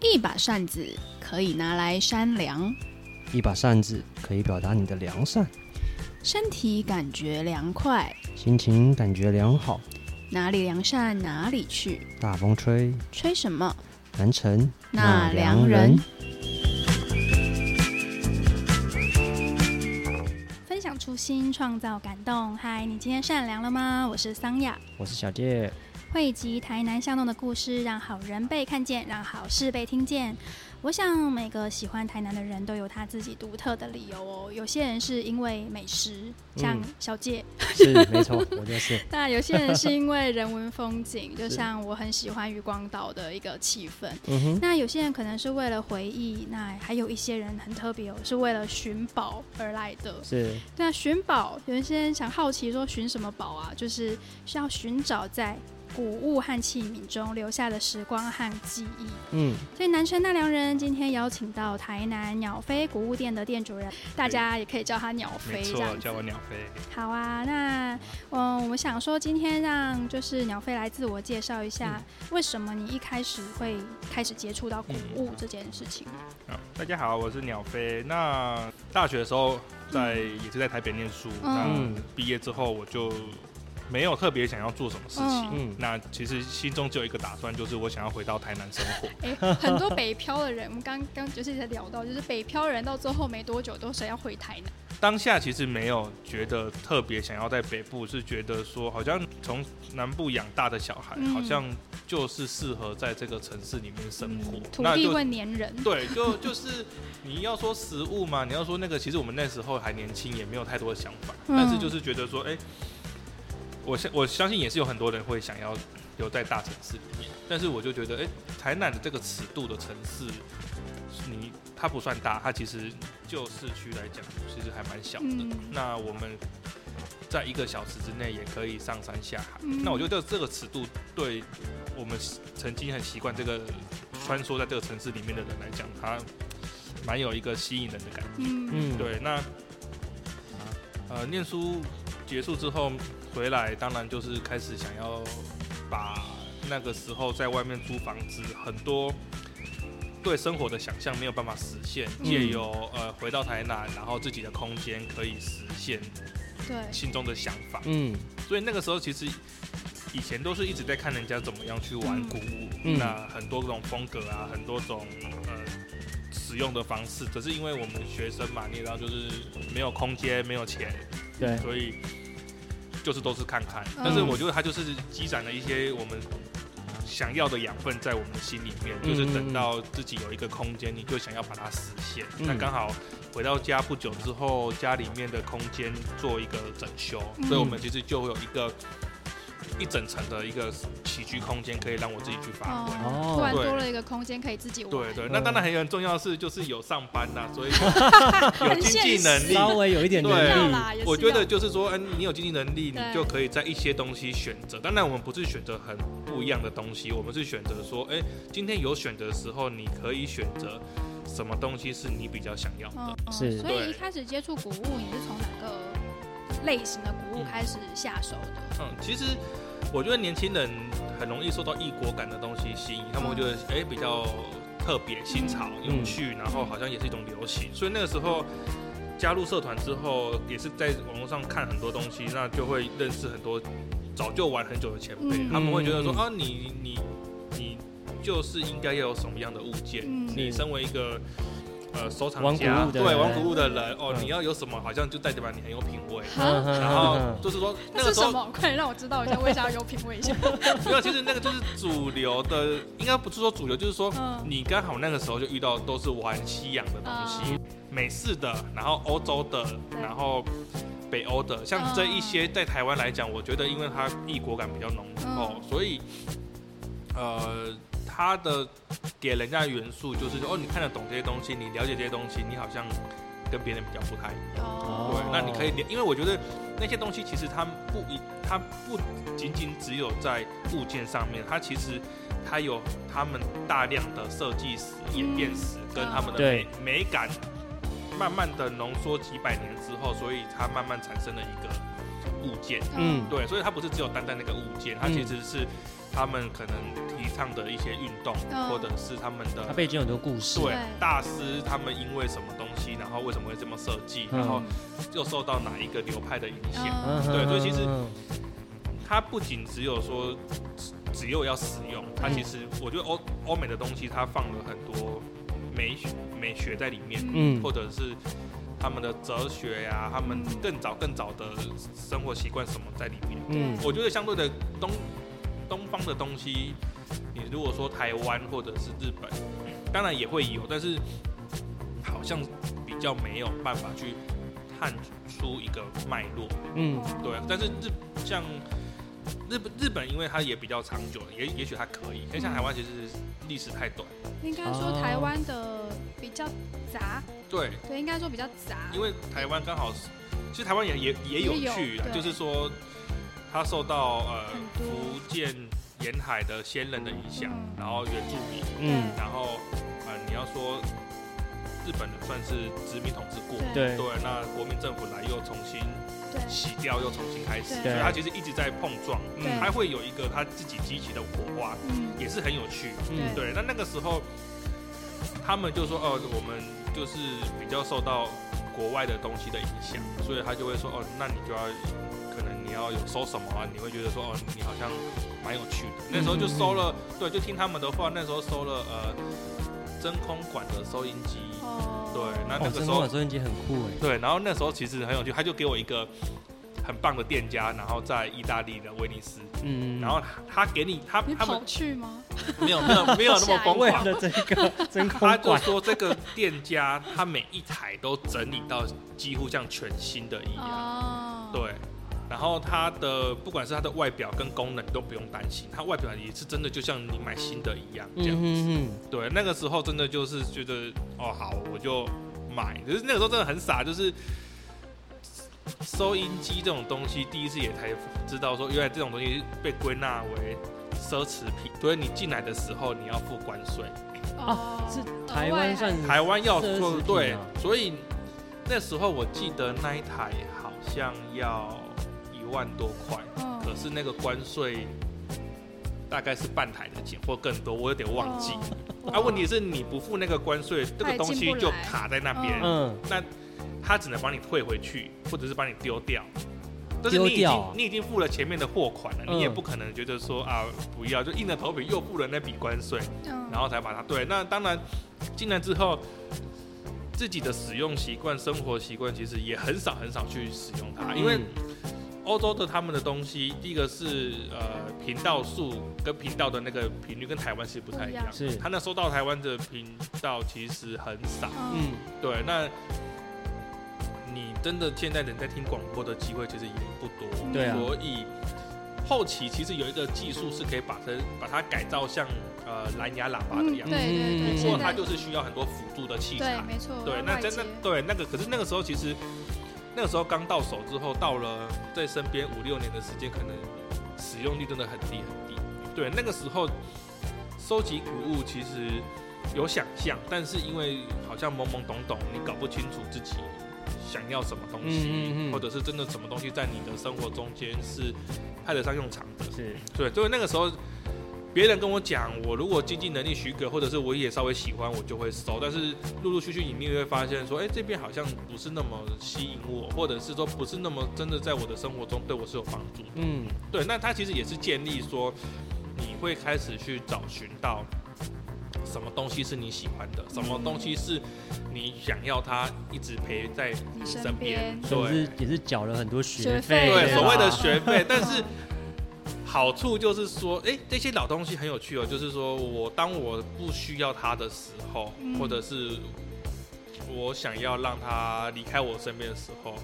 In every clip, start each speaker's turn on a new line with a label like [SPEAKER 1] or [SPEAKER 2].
[SPEAKER 1] 一把扇子可以拿来扇凉，
[SPEAKER 2] 一把扇子可以表达你的良善，
[SPEAKER 1] 身体感觉凉快，
[SPEAKER 2] 心情感觉良好，
[SPEAKER 1] 哪里良善哪里去，
[SPEAKER 2] 大风吹，
[SPEAKER 1] 吹什么
[SPEAKER 2] 南城
[SPEAKER 1] 纳凉人。。分享初心，创造感动。嗨，你今天善良了吗？我是桑雅。
[SPEAKER 2] 我是小杰，
[SPEAKER 1] 汇集台南巷弄的故事，让好人被看见，让好事被听见。我想每个喜欢台南的人都有他自己独特的理由哦。有些人是因为美食，像
[SPEAKER 2] 嗯
[SPEAKER 1] 小介；
[SPEAKER 2] 是没错，我就是。
[SPEAKER 1] 那有些人是因为人文风景，就是像我很喜欢渔光岛的一个气氛。
[SPEAKER 2] 嗯哼，
[SPEAKER 1] 那有些人可能是为了回忆，那还有一些人很特别哦，是为了寻宝而来的。
[SPEAKER 2] 是
[SPEAKER 1] 那啊寻宝，有一些人想好奇说寻什么宝啊？就是需要寻找在古物和器皿中留下的时光和记忆。
[SPEAKER 2] 嗯，
[SPEAKER 1] 所以南山奈良人今天邀请到台南鸟飞古物店的店主人，大家也可以叫他鸟飞
[SPEAKER 3] 没
[SPEAKER 1] 这样
[SPEAKER 3] 错，
[SPEAKER 1] 子
[SPEAKER 3] 叫我鸟飞。
[SPEAKER 1] 好啊，那嗯，我们想说今天让就是鸟飞来自我介绍一下，
[SPEAKER 3] 嗯
[SPEAKER 1] 为什么你一开始会开始接触到古
[SPEAKER 3] 嗯
[SPEAKER 1] 物这件事情？
[SPEAKER 3] 啊大家好，我是鸟飞。那大学的时候在、也是在台北念书，
[SPEAKER 1] 嗯
[SPEAKER 3] 那毕业之后我就没有特别想要做什么事情。
[SPEAKER 2] 嗯
[SPEAKER 3] 那其实心中只有一个打算，就是我想要回到台南生 活。
[SPEAKER 1] 哎、很多北漂的人，我们刚刚就是在聊到，就是北漂人到最后没多久都是要回台南。
[SPEAKER 3] 当下其实没有觉得特别想要在北部，是觉得说好像从南部养大的小孩，
[SPEAKER 1] 嗯
[SPEAKER 3] 好像就是适合在这个城市里面生活。
[SPEAKER 1] 嗯土
[SPEAKER 3] 那
[SPEAKER 1] 地
[SPEAKER 3] 就
[SPEAKER 1] 会黏人。
[SPEAKER 3] 对，啊就 就是你要说食物嘛，你要说那个，其实我们那时候还年轻，也没有太多的想法，
[SPEAKER 1] 嗯
[SPEAKER 3] 但是就是觉得说，哎、我相我相信也是有很多人会想要留在大城市里面，但是我就觉得，哎、台南的这个尺度的城市，你它不算大，它其实就市区来讲，其实还蛮小的。
[SPEAKER 1] 嗯
[SPEAKER 3] 那我们在一个小时之内也可以上山下海，
[SPEAKER 1] 嗯
[SPEAKER 3] 那我觉得这个尺度对我们曾经很习惯这个穿梭在这个城市里面的人来讲，它蛮有一个吸引人的感觉。
[SPEAKER 1] 嗯
[SPEAKER 2] 嗯，，
[SPEAKER 3] 对，那呃，念书结束之后回来，当然就是开始想要把那个时候在外面租房子很多。对生活的想象没有办法实现，
[SPEAKER 1] 嗯
[SPEAKER 3] 借由呃回到台南，然后自己的空间可以实现
[SPEAKER 1] 对，
[SPEAKER 3] 心中的想法。
[SPEAKER 2] 嗯
[SPEAKER 3] 所以那个时候其实以前都是一直在看人家怎么样去玩古物，
[SPEAKER 2] 嗯
[SPEAKER 3] 那很多种风格啊，很多种呃使用的方式。可是因为我们学生嘛，你也知道，就是没有空间，没有钱，
[SPEAKER 2] 对，
[SPEAKER 3] 所以就是都是看看。
[SPEAKER 1] 嗯
[SPEAKER 3] 但是我觉得它就是积攒了一些我们。想要的养分在我们的心里面，
[SPEAKER 2] 嗯
[SPEAKER 3] 就是等到自己有一个空间，你就想要把它实现。
[SPEAKER 2] 嗯
[SPEAKER 3] 那刚好回到家不久之后，家里面的空间做一个整修，
[SPEAKER 1] 嗯
[SPEAKER 3] 所以我们其实就会有一个一整层的一个起居空间，可以让我自己去发挥。
[SPEAKER 1] 哦，
[SPEAKER 2] 哦
[SPEAKER 1] 突然
[SPEAKER 3] 啊对
[SPEAKER 1] 多了一个空间可以自己玩。
[SPEAKER 3] 对对，
[SPEAKER 2] 嗯
[SPEAKER 3] 那当然还有很重要的是，就是有上班呐、所以有
[SPEAKER 1] 很
[SPEAKER 3] 经
[SPEAKER 1] 现
[SPEAKER 3] 济
[SPEAKER 1] 实
[SPEAKER 3] 能力，
[SPEAKER 2] 稍微有一点
[SPEAKER 3] 对
[SPEAKER 1] 要
[SPEAKER 2] 能力，
[SPEAKER 1] 啦，也是啊
[SPEAKER 3] 我觉
[SPEAKER 1] 要
[SPEAKER 3] 得就是说，嗯、你有经济能力，你
[SPEAKER 1] 对
[SPEAKER 3] 就可以在一些东西选择。当然，我们不是选择很不一样的东西，我们是选择说，哎、今天有选择的时候，你可以选择什么东西是你比较想要的。
[SPEAKER 1] 嗯，嗯
[SPEAKER 2] 是
[SPEAKER 1] 所以
[SPEAKER 3] 对
[SPEAKER 1] 一开始接触古物，你是从哪个类型的古物开始下手的？
[SPEAKER 3] 嗯，其实我觉得年轻人很容易受到异国感的东西吸引，他们会觉得
[SPEAKER 1] 嗯
[SPEAKER 3] 哎、诶比较特别、新潮、
[SPEAKER 2] 嗯
[SPEAKER 3] 有趣，然后好像也是一种流行，所以那个时候。加入社团之后，也是在网络上看很多东西，那就会认识很多早就玩很久的前辈，
[SPEAKER 1] 嗯
[SPEAKER 3] 他们会觉得说
[SPEAKER 2] 嗯
[SPEAKER 3] 啊，你你你就是应该要有什么样的物件，
[SPEAKER 1] 嗯
[SPEAKER 3] 你身为一个呃收藏
[SPEAKER 2] 玩古
[SPEAKER 3] 家，
[SPEAKER 2] 物的
[SPEAKER 3] 对
[SPEAKER 2] 人
[SPEAKER 3] 玩古物的人哦，
[SPEAKER 2] 嗯
[SPEAKER 3] 你要有什么，好像就代表你很有品味。
[SPEAKER 2] 嗯嗯
[SPEAKER 3] 然后
[SPEAKER 2] 嗯
[SPEAKER 3] 就是说，那
[SPEAKER 1] 那
[SPEAKER 3] 个
[SPEAKER 1] 是
[SPEAKER 3] 时候
[SPEAKER 1] 什么？快点让我知道一下，我也想要有品味一下。
[SPEAKER 3] 没有，其实那个就是主流的，应该不是说主流，就是说
[SPEAKER 1] 嗯
[SPEAKER 3] 你刚好那个时候就遇到都是玩西洋的东西，美式的，然后欧洲的，
[SPEAKER 1] 嗯对
[SPEAKER 3] 然后北欧的，像这一些在台湾来讲，我觉得因为它异国感比较浓厚，
[SPEAKER 1] 嗯
[SPEAKER 3] 所以呃，它的给人家的元素就是说，哦，你看得懂这些东西，你了解这些东西，你好像跟别人比较不太一样。
[SPEAKER 1] 哦
[SPEAKER 3] 对，那你可以了，因为我觉得那些东西其实它不一，它不仅仅只有在物件上面，它其实它有他们大量的设计史、演变史跟他们的美
[SPEAKER 2] 对
[SPEAKER 3] 美感，慢慢的浓缩几百年之后，所以它慢慢产生了一个物件，
[SPEAKER 2] 嗯
[SPEAKER 3] 对，所以它不是只有单单那个物件，它
[SPEAKER 2] 嗯
[SPEAKER 3] 其实是他们可能提倡的一些运动，
[SPEAKER 4] 嗯
[SPEAKER 3] 或者是他们的
[SPEAKER 2] 它背景有很多故事，
[SPEAKER 3] 对
[SPEAKER 4] 对
[SPEAKER 3] 大师他们因为什么东西，然后为什么会这么设计，
[SPEAKER 2] 嗯
[SPEAKER 3] 然
[SPEAKER 1] 哦
[SPEAKER 3] 后又受到哪一个流派的影响。
[SPEAKER 4] 嗯
[SPEAKER 3] 对所以其实
[SPEAKER 2] 嗯
[SPEAKER 3] 它不仅只有说只只有要使用，它
[SPEAKER 2] 嗯
[SPEAKER 3] 其实我觉得欧欧美的东西它放了很多美学美学在里面，
[SPEAKER 2] 嗯
[SPEAKER 3] 或者是他们的哲学呀、他们更早更早的生活习惯什么在里面。
[SPEAKER 2] 嗯
[SPEAKER 3] 我觉得相对的东东方的东西，你如果说台湾或者是日本，当然也会有，但是好像比较没有办法去探出一个脉络。
[SPEAKER 2] 嗯
[SPEAKER 3] 对，啊
[SPEAKER 1] 哦
[SPEAKER 3] 但是日像日本日本，因为它也比较长久，也也许它可以，因为像台湾其实历史太短。
[SPEAKER 1] 应该说台湾的比较杂，
[SPEAKER 3] 对，
[SPEAKER 1] 对，应该说比较杂，
[SPEAKER 3] 因为台湾刚好是，其实台湾也也也有
[SPEAKER 1] 也有
[SPEAKER 3] 趣啊，
[SPEAKER 1] 对
[SPEAKER 3] 就是说它受到呃
[SPEAKER 4] 很多
[SPEAKER 3] 福建沿海的先人的影响，
[SPEAKER 4] 嗯
[SPEAKER 3] 然后原住民，
[SPEAKER 2] 嗯，
[SPEAKER 3] 然后呃你要说日本人算是殖民统治过，
[SPEAKER 4] 对
[SPEAKER 2] 对，
[SPEAKER 3] 对，那国民政府来又重新
[SPEAKER 4] 对
[SPEAKER 3] 洗掉，又重新开始，
[SPEAKER 4] 对
[SPEAKER 3] 所以它其实一直在碰撞，嗯
[SPEAKER 4] 对
[SPEAKER 3] 它会有一个它自己激起的火花，
[SPEAKER 4] 嗯
[SPEAKER 3] 也是很有趣。
[SPEAKER 2] 嗯
[SPEAKER 3] 对，那那个时候他们就说哦，我们就是比较受到国外的东西的影响，所以他就会说哦，那你就要可能你要有收什么啊，你会觉得说哦，你好像蛮有趣的。那时候就收
[SPEAKER 4] 嗯
[SPEAKER 3] 了，对，就听他们的话，那时候收了呃真空管的收音机，
[SPEAKER 4] 哦
[SPEAKER 3] 对，那那
[SPEAKER 2] 哦，
[SPEAKER 3] 个
[SPEAKER 2] 真
[SPEAKER 3] 时
[SPEAKER 2] 空
[SPEAKER 3] 候、
[SPEAKER 2] 管收音机很酷哎，
[SPEAKER 3] 对，然后那时候其实很有趣，他就给我一个很棒的店家，然后在意大利的威尼斯，
[SPEAKER 2] 嗯，
[SPEAKER 3] 然后他他给你他
[SPEAKER 1] 你
[SPEAKER 3] 他们
[SPEAKER 1] 跑去吗？
[SPEAKER 3] 没有没有没有 那么
[SPEAKER 1] 吓一跳
[SPEAKER 3] 疯
[SPEAKER 2] 为
[SPEAKER 3] 狂。
[SPEAKER 2] 了这个真空
[SPEAKER 3] 他就
[SPEAKER 2] 管，
[SPEAKER 3] 说这个店家，他每一台都整理到几乎像全新的一样，
[SPEAKER 1] 哦，
[SPEAKER 3] 对。然后它的不管是它的外表跟功能都不用担心，它外表也是真的就像你买新的一样，这样。
[SPEAKER 2] 嗯嗯
[SPEAKER 3] 对，那个时候真的就是觉得哦好，我就买，就是那个时候真的很傻，就是收音机这种东西，第一次也才知道说原来这种东西被归纳为奢侈品，所以你进来的时候你要付关税。
[SPEAKER 1] 哦，
[SPEAKER 2] 是台湾算是
[SPEAKER 3] 台湾要
[SPEAKER 2] 嗯奢侈
[SPEAKER 3] 做
[SPEAKER 2] 品
[SPEAKER 3] 对
[SPEAKER 2] 啊，
[SPEAKER 3] 所以那时候我记得那一台好像要一万多块，
[SPEAKER 4] 哦
[SPEAKER 1] 嗯
[SPEAKER 3] 可是那个关税大概是半台的钱或更多，我有点忘记。
[SPEAKER 1] 哦
[SPEAKER 3] 啊，问题是你不付那个关税，这
[SPEAKER 1] 它
[SPEAKER 3] 个
[SPEAKER 1] 也
[SPEAKER 3] 东
[SPEAKER 1] 进
[SPEAKER 3] 西
[SPEAKER 1] 不来
[SPEAKER 3] 就卡在那边，
[SPEAKER 2] 嗯
[SPEAKER 3] 那他只能帮你退回去，或者是帮你丢掉。但是
[SPEAKER 2] 丢
[SPEAKER 3] 你已经、
[SPEAKER 2] 掉啊
[SPEAKER 3] 你已经付了前面的货款了，你
[SPEAKER 2] 嗯
[SPEAKER 3] 也不可能觉得说啊不要，就硬着头皮又付了那笔关税。
[SPEAKER 4] 嗯
[SPEAKER 3] 然后才把它对。那当然进来之后，自己的使用习惯、生活习惯其实也很少很少去使用它，
[SPEAKER 2] 嗯
[SPEAKER 3] 因为欧洲的他们的东西，第一个是呃频道数跟频道的那个频率跟台湾其实不太一样
[SPEAKER 4] 不，
[SPEAKER 2] 一样是
[SPEAKER 3] 他那收到台湾的频道其实很少，
[SPEAKER 4] 嗯
[SPEAKER 2] 嗯
[SPEAKER 3] 对，那。你真的现在人在听广播的机会其实也不多，
[SPEAKER 2] 对啊
[SPEAKER 3] 所以后期其实有一个技术是可以把它把它改造像呃蓝牙喇叭的样子
[SPEAKER 1] 对，对对，
[SPEAKER 2] 嗯
[SPEAKER 3] 不过
[SPEAKER 1] 现
[SPEAKER 3] 它
[SPEAKER 1] 在
[SPEAKER 3] 就是需要很多辅助的器材
[SPEAKER 1] 对，。没错，
[SPEAKER 3] 对，那真的对那个，可是那个时候其实，那个时候刚到手之后，到了在身边五六年的时间，可能使用率真的很低很低。对，那个时候收集古物其实有想象，但是因为好像懵懵懂懂，你搞不清楚自己想要什么东西，
[SPEAKER 2] 嗯嗯嗯
[SPEAKER 3] 或者是真的什么东西在你的生活中间是派得上用场的。
[SPEAKER 2] 是
[SPEAKER 3] 对，所以那个时候，别人跟我讲，我如果经济能力许可，或者是我也稍微喜欢，我就会收。但是陆陆续续，你也会发现说，哎、这边好像不是那么吸引我，或者是说不是那么真的在我的生活中对我是有帮助的。
[SPEAKER 2] 嗯
[SPEAKER 3] 对，那它其实也是建立说，你会开始去找寻到什么东西是你喜欢的，什么东西是你想要它一直陪在
[SPEAKER 1] 你
[SPEAKER 3] 身
[SPEAKER 1] 身边
[SPEAKER 3] 对，
[SPEAKER 2] 甚至也是缴了很多学费
[SPEAKER 1] 学费
[SPEAKER 2] 啦，
[SPEAKER 3] 对，所谓的
[SPEAKER 1] 啊
[SPEAKER 3] 学费，但是好处就是说，哎、这些老东西很有趣哦。就是说我当我不需要它的时候，
[SPEAKER 1] 嗯
[SPEAKER 3] 或者是我想要让它离开我身边的时候，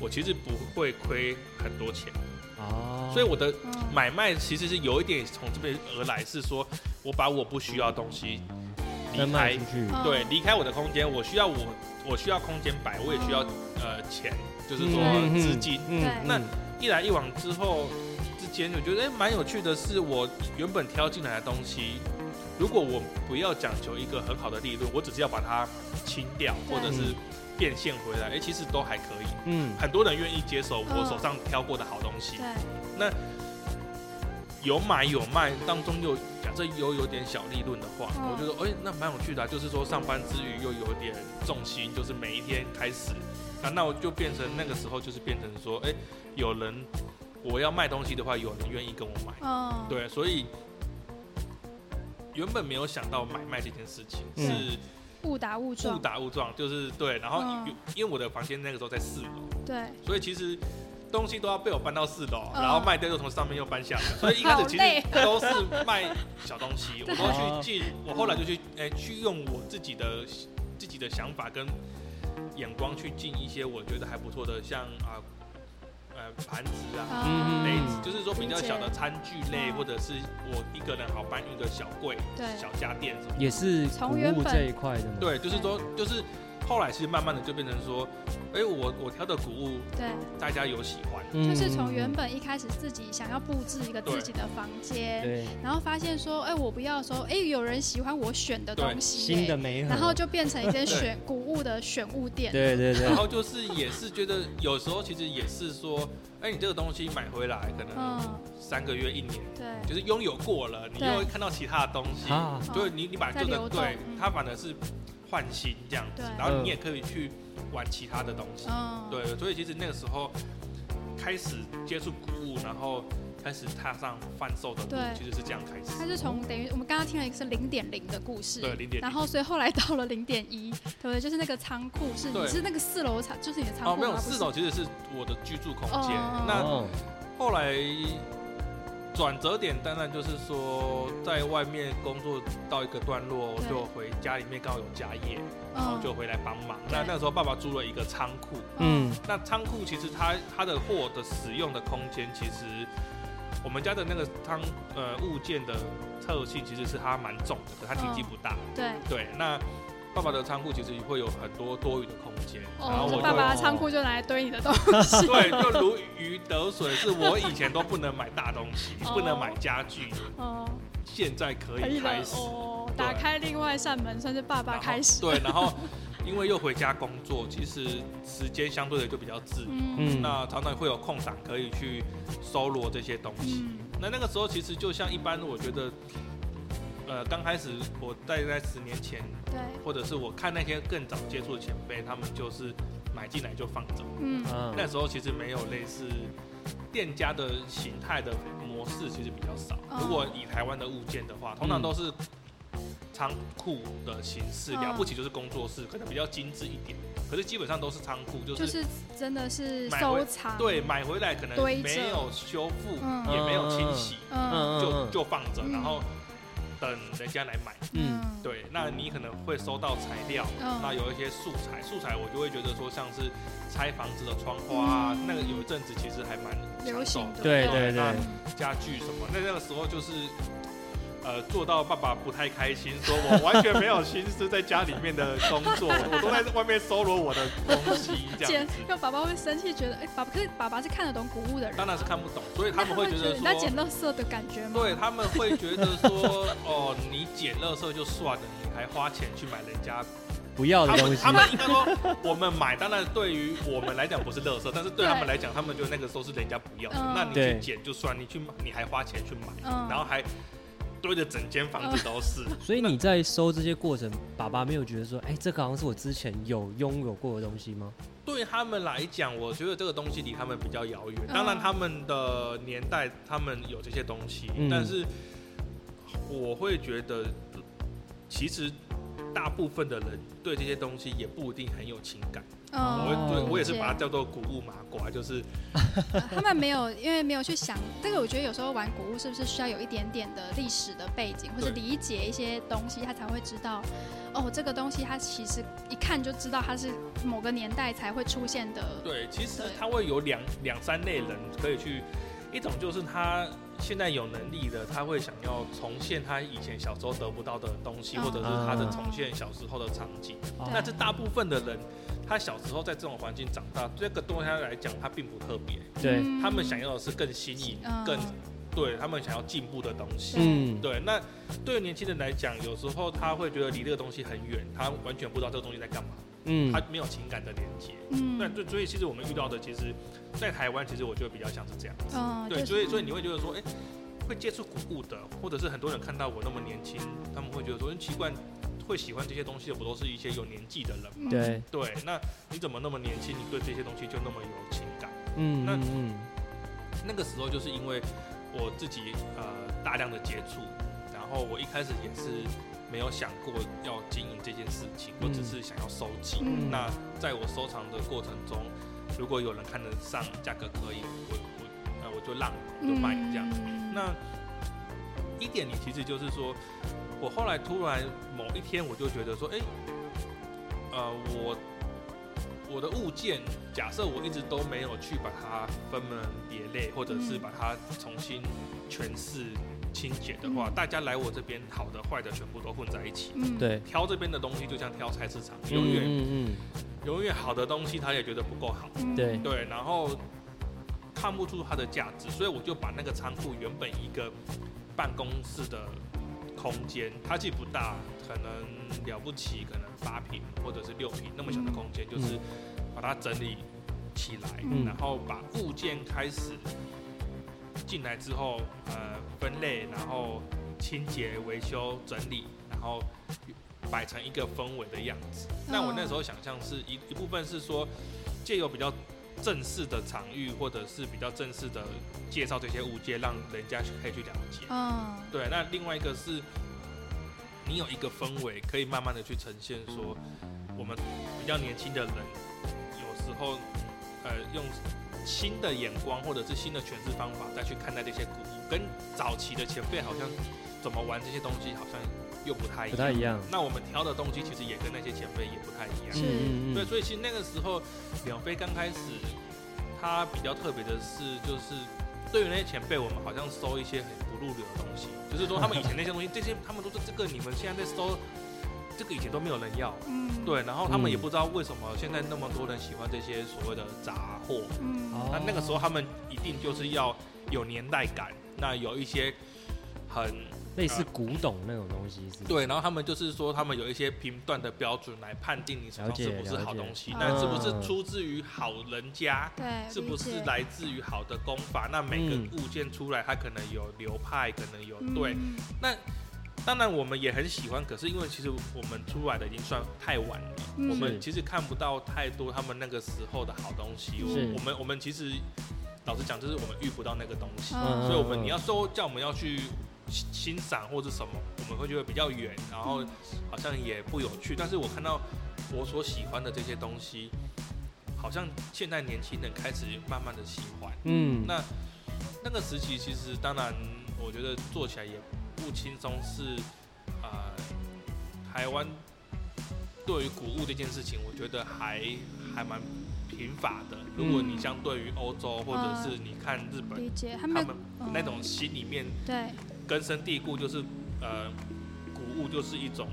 [SPEAKER 3] 我其实不会亏很多钱。
[SPEAKER 2] 哦，
[SPEAKER 3] 所以我的
[SPEAKER 4] 嗯
[SPEAKER 3] 买卖其实是有一点从这边而来，是说我把我不需要的东西
[SPEAKER 2] 再
[SPEAKER 3] 离
[SPEAKER 2] 卖
[SPEAKER 3] 开
[SPEAKER 2] 出，去，
[SPEAKER 4] 嗯
[SPEAKER 3] 对，离开我的空间，我需要我我需要空间摆，我也需要呃钱，就是说
[SPEAKER 2] 嗯
[SPEAKER 3] 资金。
[SPEAKER 2] 嗯
[SPEAKER 1] 对
[SPEAKER 3] 那一来一往之后之间，我觉得哎蛮、有趣的是，我原本挑进来的东西，如果我不要讲求一个很好的利润，我只是要把它清掉，
[SPEAKER 1] 对
[SPEAKER 3] 或者是变现回来，哎、其实都还可以，
[SPEAKER 2] 嗯，
[SPEAKER 3] 很多人愿意接手我
[SPEAKER 1] 嗯
[SPEAKER 3] 手上挑过的好东西，
[SPEAKER 1] 对，
[SPEAKER 3] 有买有卖，当中又假设有有点小利润的话，
[SPEAKER 1] 嗯
[SPEAKER 3] 我觉得哎、那蛮有趣的啊、就是说上班之余又有点重心，就是每一天开始，那那我就变成那个时候就是变成说，哎、有人我要卖东西的话，有人愿意跟我买，
[SPEAKER 1] 嗯，
[SPEAKER 3] 对，所以原本没有想到买卖这件事情
[SPEAKER 2] 嗯
[SPEAKER 3] 是
[SPEAKER 1] 误打误
[SPEAKER 3] 误
[SPEAKER 1] 撞，
[SPEAKER 3] 打误撞，就是对，然后
[SPEAKER 1] 嗯
[SPEAKER 3] 有因为我的房间那个时候在四楼，
[SPEAKER 1] 对，
[SPEAKER 3] 所以其实东西都要被我搬到四楼，
[SPEAKER 1] 嗯
[SPEAKER 3] 然后卖掉又从上面又搬下来，所以一开始其
[SPEAKER 1] 好累
[SPEAKER 3] 实 都是卖小东 西，我都去进，我后来就去哎、去用我自己的自己的想法跟眼光去进一些我觉得还不错的，像啊呃盘子啊。
[SPEAKER 2] 嗯
[SPEAKER 3] 杯
[SPEAKER 2] 嗯
[SPEAKER 3] 子就是说比较小的
[SPEAKER 1] 理解
[SPEAKER 3] 餐具类，
[SPEAKER 1] 嗯
[SPEAKER 3] 或者是我一个人好搬运的小柜、
[SPEAKER 1] 对
[SPEAKER 3] 小家电什么的。
[SPEAKER 2] 也是
[SPEAKER 1] 从
[SPEAKER 2] 古
[SPEAKER 1] 原
[SPEAKER 2] 物
[SPEAKER 1] 本
[SPEAKER 2] 这一块的嘛。，
[SPEAKER 3] 对，就是说，就是后来其实慢慢的就变成说，哎、我我挑的古物
[SPEAKER 1] 对，
[SPEAKER 3] 大家有喜欢，
[SPEAKER 2] 嗯
[SPEAKER 1] 就是从原本一开始自己想要布置一个自己的房间，
[SPEAKER 2] 对
[SPEAKER 1] 然后发现说，哎，我不要说，哎，有人喜欢我选的东西，
[SPEAKER 2] 新的美
[SPEAKER 1] 哎，
[SPEAKER 2] 好，
[SPEAKER 1] 然后就变成一间
[SPEAKER 3] 对
[SPEAKER 1] 选古物的选物店，
[SPEAKER 2] 对对
[SPEAKER 3] 然
[SPEAKER 2] 对，
[SPEAKER 3] 后就是也是觉得有时候其实也是说，哎、你这个东西买回来可能
[SPEAKER 1] 嗯，
[SPEAKER 3] 三个月一年，
[SPEAKER 1] 对，
[SPEAKER 3] 就是拥有过了，你
[SPEAKER 1] 对
[SPEAKER 3] 又会看到其他的东西，
[SPEAKER 2] 啊，
[SPEAKER 3] 对你你把
[SPEAKER 1] 在
[SPEAKER 3] 这个
[SPEAKER 1] 流动
[SPEAKER 3] 对
[SPEAKER 1] 嗯
[SPEAKER 3] 它反而是换新这样子
[SPEAKER 1] 对，
[SPEAKER 3] 然后
[SPEAKER 2] 嗯
[SPEAKER 3] 你也可以去玩其他的东西，
[SPEAKER 1] 嗯，
[SPEAKER 3] 对，所以其实那个时候开始接触古物，然后开始踏上贩售的
[SPEAKER 1] 对
[SPEAKER 3] 路，其实是这样开始。
[SPEAKER 1] 它是从等于我们刚刚听了一个是零点零的故事，
[SPEAKER 3] 对，零点
[SPEAKER 1] 然后所以后来到了零点一，对不对？就是那个仓库是
[SPEAKER 3] 对
[SPEAKER 1] 你是那个四楼仓，就是你的仓库
[SPEAKER 3] 哦，没有，
[SPEAKER 1] 吗不是
[SPEAKER 3] 四楼其实是我的居住空间。
[SPEAKER 1] 哦
[SPEAKER 3] 那
[SPEAKER 2] 哦
[SPEAKER 3] 后来转折点当然就是说，在外面工作到一个段落，
[SPEAKER 1] 对嗯
[SPEAKER 3] 就回家里面刚好有家业，然后就回来帮忙。
[SPEAKER 1] 对
[SPEAKER 3] 那那时候爸爸租了一个仓库，
[SPEAKER 2] 嗯，
[SPEAKER 3] 那仓库其实它它的货的使用的空间，其实我们家的那个仓呃物件的特性其实是它蛮重的，可它体
[SPEAKER 1] 嗯
[SPEAKER 3] 积不大。
[SPEAKER 1] 对。
[SPEAKER 3] 对，那爸爸的仓库其实会有很多多余的空间，然后
[SPEAKER 1] 哦，
[SPEAKER 3] 我
[SPEAKER 1] 就
[SPEAKER 3] 就
[SPEAKER 1] 爸爸
[SPEAKER 2] 会
[SPEAKER 1] 的仓库就拿来堆你的东西，
[SPEAKER 3] 对，就如鱼得水，是我以前都不能买大东西，
[SPEAKER 1] 哦
[SPEAKER 3] 不能买家具，
[SPEAKER 1] 哦，
[SPEAKER 3] 现在可
[SPEAKER 1] 可以
[SPEAKER 3] 以
[SPEAKER 1] 了
[SPEAKER 3] 开始。
[SPEAKER 1] 哦，
[SPEAKER 3] 对
[SPEAKER 1] 打开另外一扇门，算是爸
[SPEAKER 3] 然
[SPEAKER 1] 爸
[SPEAKER 3] 后
[SPEAKER 1] 开始，
[SPEAKER 3] 对，然后因为又回家工作，其实时间相对的就比较自由，
[SPEAKER 1] 嗯
[SPEAKER 2] 嗯，
[SPEAKER 3] 那常常会有空档可以去搜罗这些东西。
[SPEAKER 1] 嗯，
[SPEAKER 3] 那那个时候其实就像一般，我觉得，呃，刚开始我大概在十年前，
[SPEAKER 1] 对，
[SPEAKER 3] 或者是我看那些更早接触的前辈，他们就是买进来就放着。
[SPEAKER 1] 嗯，
[SPEAKER 2] 啊
[SPEAKER 3] 那时候其实没有类似店家的形态的模式，其实比较少。
[SPEAKER 1] 哦
[SPEAKER 3] 如果以台湾的物件的话，通常都是仓库的形式，
[SPEAKER 1] 嗯
[SPEAKER 3] 了不起就是工作室，可能比较精致一点。可是基本上都是仓库，就
[SPEAKER 1] 就是是真的是
[SPEAKER 3] 买回
[SPEAKER 1] 收藏，
[SPEAKER 3] 对买回来可能
[SPEAKER 1] 堆着
[SPEAKER 3] 没有修复，
[SPEAKER 1] 嗯
[SPEAKER 3] 也没有清洗，
[SPEAKER 1] 嗯，
[SPEAKER 2] 嗯
[SPEAKER 3] 就
[SPEAKER 2] 嗯
[SPEAKER 3] 就放着，
[SPEAKER 1] 嗯
[SPEAKER 3] 然后等人家来买。
[SPEAKER 2] 嗯
[SPEAKER 1] 嗯，
[SPEAKER 3] 对，那你可能会收到材料，
[SPEAKER 1] 嗯
[SPEAKER 3] 那有一些素材，素材我就会觉得说像是拆房子的窗花啊，
[SPEAKER 1] 嗯
[SPEAKER 3] 那个有一阵子其实还蛮
[SPEAKER 1] 流
[SPEAKER 3] 抢手
[SPEAKER 1] 行的，
[SPEAKER 2] 对对
[SPEAKER 3] 那
[SPEAKER 2] 对，
[SPEAKER 3] 家具什么，那那个时候就是。呃，做到爸爸不太开心，说我完全没有心思在家里面的工作，我都在外面搜罗我的东西这样
[SPEAKER 1] 捡
[SPEAKER 3] 子，，
[SPEAKER 1] 因为爸爸会生气，觉得哎，爸爸可是爸爸是看得懂古物的人，啊
[SPEAKER 3] 当然是看不懂，所以他们会觉 得
[SPEAKER 1] 你在捡
[SPEAKER 3] 说，
[SPEAKER 1] 垃圾的感觉吗？
[SPEAKER 3] 对，他们会觉得说，哦，你捡垃圾就算了，你还花钱去买人家
[SPEAKER 2] 不要的
[SPEAKER 3] 他
[SPEAKER 2] 东
[SPEAKER 3] 们
[SPEAKER 2] 西
[SPEAKER 3] 他，们应该说，我们买当然对于我们来讲不是垃圾，但是对他们来讲，他们就那个时候是人家不要的。
[SPEAKER 1] 嗯
[SPEAKER 3] 那你
[SPEAKER 2] 对
[SPEAKER 3] 去捡就算，你去买你还花钱去买，
[SPEAKER 1] 嗯，
[SPEAKER 3] 然后还堆的整间房子 都是。
[SPEAKER 2] 所以你在收这些过程，爸爸没有觉得说，哎，这个好像是我之前有拥有过的东西吗？
[SPEAKER 3] 对他们来讲，我觉得这个东西离他们比较遥远。
[SPEAKER 1] 嗯
[SPEAKER 3] 当然，他们的年代他们有这些东西，
[SPEAKER 2] 嗯
[SPEAKER 3] 但是我会觉得，其实大部分的人对这些东西也不一定很有情感。
[SPEAKER 1] 嗯，
[SPEAKER 3] 我会对
[SPEAKER 2] 哦
[SPEAKER 3] 我也是
[SPEAKER 1] 理解
[SPEAKER 3] 把它叫做古物麻瓜，就是
[SPEAKER 1] 他们没有，因为没有去想这个。我觉得有时候玩古物是不是需要有一点点的历史的背景，或是
[SPEAKER 3] 对
[SPEAKER 1] 理解一些东西，他才会知道，哦，这个东西它其实一看就知道它是某个年代才会出现的。
[SPEAKER 3] 对，其实
[SPEAKER 1] 对
[SPEAKER 3] 他会有两两三类人可以去，一种就是他现在有能力的，他会想要重现他以前小时候得不到的东西，
[SPEAKER 1] 嗯
[SPEAKER 3] 或者是他的
[SPEAKER 2] 嗯
[SPEAKER 3] 重现小时候的场景。
[SPEAKER 2] 哦
[SPEAKER 3] 但是大部分的人，他小时候在这种环境长大，这个对他来讲，他并不特别，
[SPEAKER 2] 对，
[SPEAKER 1] 嗯
[SPEAKER 3] 他们想要的是更新颖、
[SPEAKER 1] 嗯
[SPEAKER 3] 更对他们想要进步的东西。
[SPEAKER 2] 嗯，
[SPEAKER 3] 对，那对于年轻人来讲，有时候他会觉得离这个东西很远，他完全不知道这个东西在干嘛。
[SPEAKER 2] 嗯
[SPEAKER 3] 它没有情感的连接。那
[SPEAKER 4] 嗯
[SPEAKER 3] 对，所以其实我们遇到的，其实，在台湾，其实我觉得比较像是这样。
[SPEAKER 1] 啊
[SPEAKER 4] 嗯，
[SPEAKER 3] 对，
[SPEAKER 4] 就
[SPEAKER 3] 所以
[SPEAKER 4] 是
[SPEAKER 3] 所以你会觉得说，哎、会接触古物的，或者是很多人看到我那么年轻，他们会觉得说，嗯奇怪，会喜欢这些东西的不都是一些有年纪的人吗？
[SPEAKER 2] 对，
[SPEAKER 3] 对，那你怎么那么年轻，你对这些东西就那么有情感？
[SPEAKER 2] 嗯
[SPEAKER 3] 那
[SPEAKER 2] 嗯嗯，
[SPEAKER 3] 那个时候就是因为我自己呃大量的接触，然后我一开始也是没有想过要经营这件事情，我只
[SPEAKER 2] 嗯
[SPEAKER 3] 是想要收集。
[SPEAKER 4] 嗯
[SPEAKER 3] 那在我收藏的过程中，如果有人看得上，价格可以，我我那我就让我就卖这样。
[SPEAKER 4] 嗯
[SPEAKER 3] 那一点，你其实就是说，我后来突然某一天，我就觉得说，哎、呃，我我的物件，假设我一直都没有去把它分门别类，或者是
[SPEAKER 4] 嗯
[SPEAKER 3] 把它重新诠释、清洁的话，
[SPEAKER 4] 嗯
[SPEAKER 3] 大家来我这边，好的、坏的全部都混在一起。
[SPEAKER 4] 嗯，
[SPEAKER 2] 对，
[SPEAKER 3] 挑这边的东西就像挑菜市场，
[SPEAKER 2] 嗯
[SPEAKER 3] 永远
[SPEAKER 2] 嗯
[SPEAKER 3] 永远好的东西他也觉得不够好，
[SPEAKER 4] 嗯
[SPEAKER 2] 对
[SPEAKER 3] 对，然后看不出它的价值，所以我就把那个仓库原本一个办公室的空间，它既不大，可能了不起，可能八平或者是六平那么小的空间，就是把它整理起来，
[SPEAKER 2] 嗯
[SPEAKER 3] 然后把物件开始进来之后，呃，分类，然后清洁、维修、整理，然后摆成一个氛围的样子。但我那时候想象是一一部分是说，借由比较正式的场域，或者是比较正式的介绍这些物件，让人家可以去了解。
[SPEAKER 4] 嗯，
[SPEAKER 3] 对，那另外一个是，你有一个氛围，可以慢慢的去呈现说，我们比较年轻的人，有时候呃用新的眼光或者是新的诠释方法再去看待这些古物，跟早期的前辈好像怎么玩这些东西好像又不
[SPEAKER 2] 嗯，
[SPEAKER 3] 太一
[SPEAKER 2] 不太
[SPEAKER 3] 样。
[SPEAKER 2] 一样，
[SPEAKER 3] 那我们挑的东西其实也跟那些前辈也不太一样。
[SPEAKER 4] 是
[SPEAKER 2] 嗯嗯
[SPEAKER 3] 对，
[SPEAKER 2] 嗯，
[SPEAKER 3] 所以其实那个时候，两飞刚开始，他比较特别的是，就是对于那些前辈，我们好像收一些很不入流的东西，就是说他们以前那些东西，这些他们都是这个，你们现在在收，这个以前都没有人要，
[SPEAKER 4] 嗯，
[SPEAKER 3] 对，然后他们也
[SPEAKER 2] 嗯
[SPEAKER 3] 不知道为什么现在那么多人喜欢这些所谓的杂货，
[SPEAKER 4] 嗯，
[SPEAKER 2] 哦
[SPEAKER 3] 那那个时候他们一定就是要有年代感，那有一些很
[SPEAKER 2] 类似古董那种东西是不是，
[SPEAKER 3] 对，然后他们就是说，他们有一些评断的标准来判定你手
[SPEAKER 2] 了
[SPEAKER 3] 上
[SPEAKER 2] 解
[SPEAKER 3] 是不是
[SPEAKER 2] 了
[SPEAKER 3] 好
[SPEAKER 2] 解
[SPEAKER 3] 东西，
[SPEAKER 4] 嗯
[SPEAKER 3] 那是不是出自于好人家，
[SPEAKER 4] 对，
[SPEAKER 3] 是不
[SPEAKER 4] 嗯
[SPEAKER 3] 是
[SPEAKER 4] 理解
[SPEAKER 3] 来自于好的功法？那每个
[SPEAKER 2] 嗯
[SPEAKER 3] 物件出来，它可能有流派，可能有对。
[SPEAKER 4] 嗯
[SPEAKER 3] 那当然我们也很喜欢，可是因为其实我们出来的已经算太晚了，
[SPEAKER 4] 嗯
[SPEAKER 3] 我们
[SPEAKER 2] 是
[SPEAKER 3] 其实看不到太多他们那个时候的好东
[SPEAKER 4] 嗯
[SPEAKER 3] 西。
[SPEAKER 2] 是
[SPEAKER 3] 我我们我们其实老实讲，就是我们遇不到那个东西。
[SPEAKER 4] 嗯
[SPEAKER 3] 所以我们你要说叫我们要去欣欣赏或者什么，我们会觉得比较远，然后好像也不有趣。但是我看到我所喜欢的这些东西，好像现在年轻人开始慢慢的喜欢。
[SPEAKER 2] 嗯，
[SPEAKER 3] 那那个时期其实当然，我觉得做起来也不轻松，是呃，台湾对于古物这件事情，我觉得还还蛮贫乏
[SPEAKER 4] 嗯
[SPEAKER 3] 的。如果你相对于欧洲或者是你看日本。
[SPEAKER 4] 理解他
[SPEAKER 3] 他
[SPEAKER 4] 们
[SPEAKER 3] 们
[SPEAKER 4] 嗯
[SPEAKER 3] 那种心里面
[SPEAKER 4] 对，
[SPEAKER 3] 根深蒂固，就是呃，古物就是一种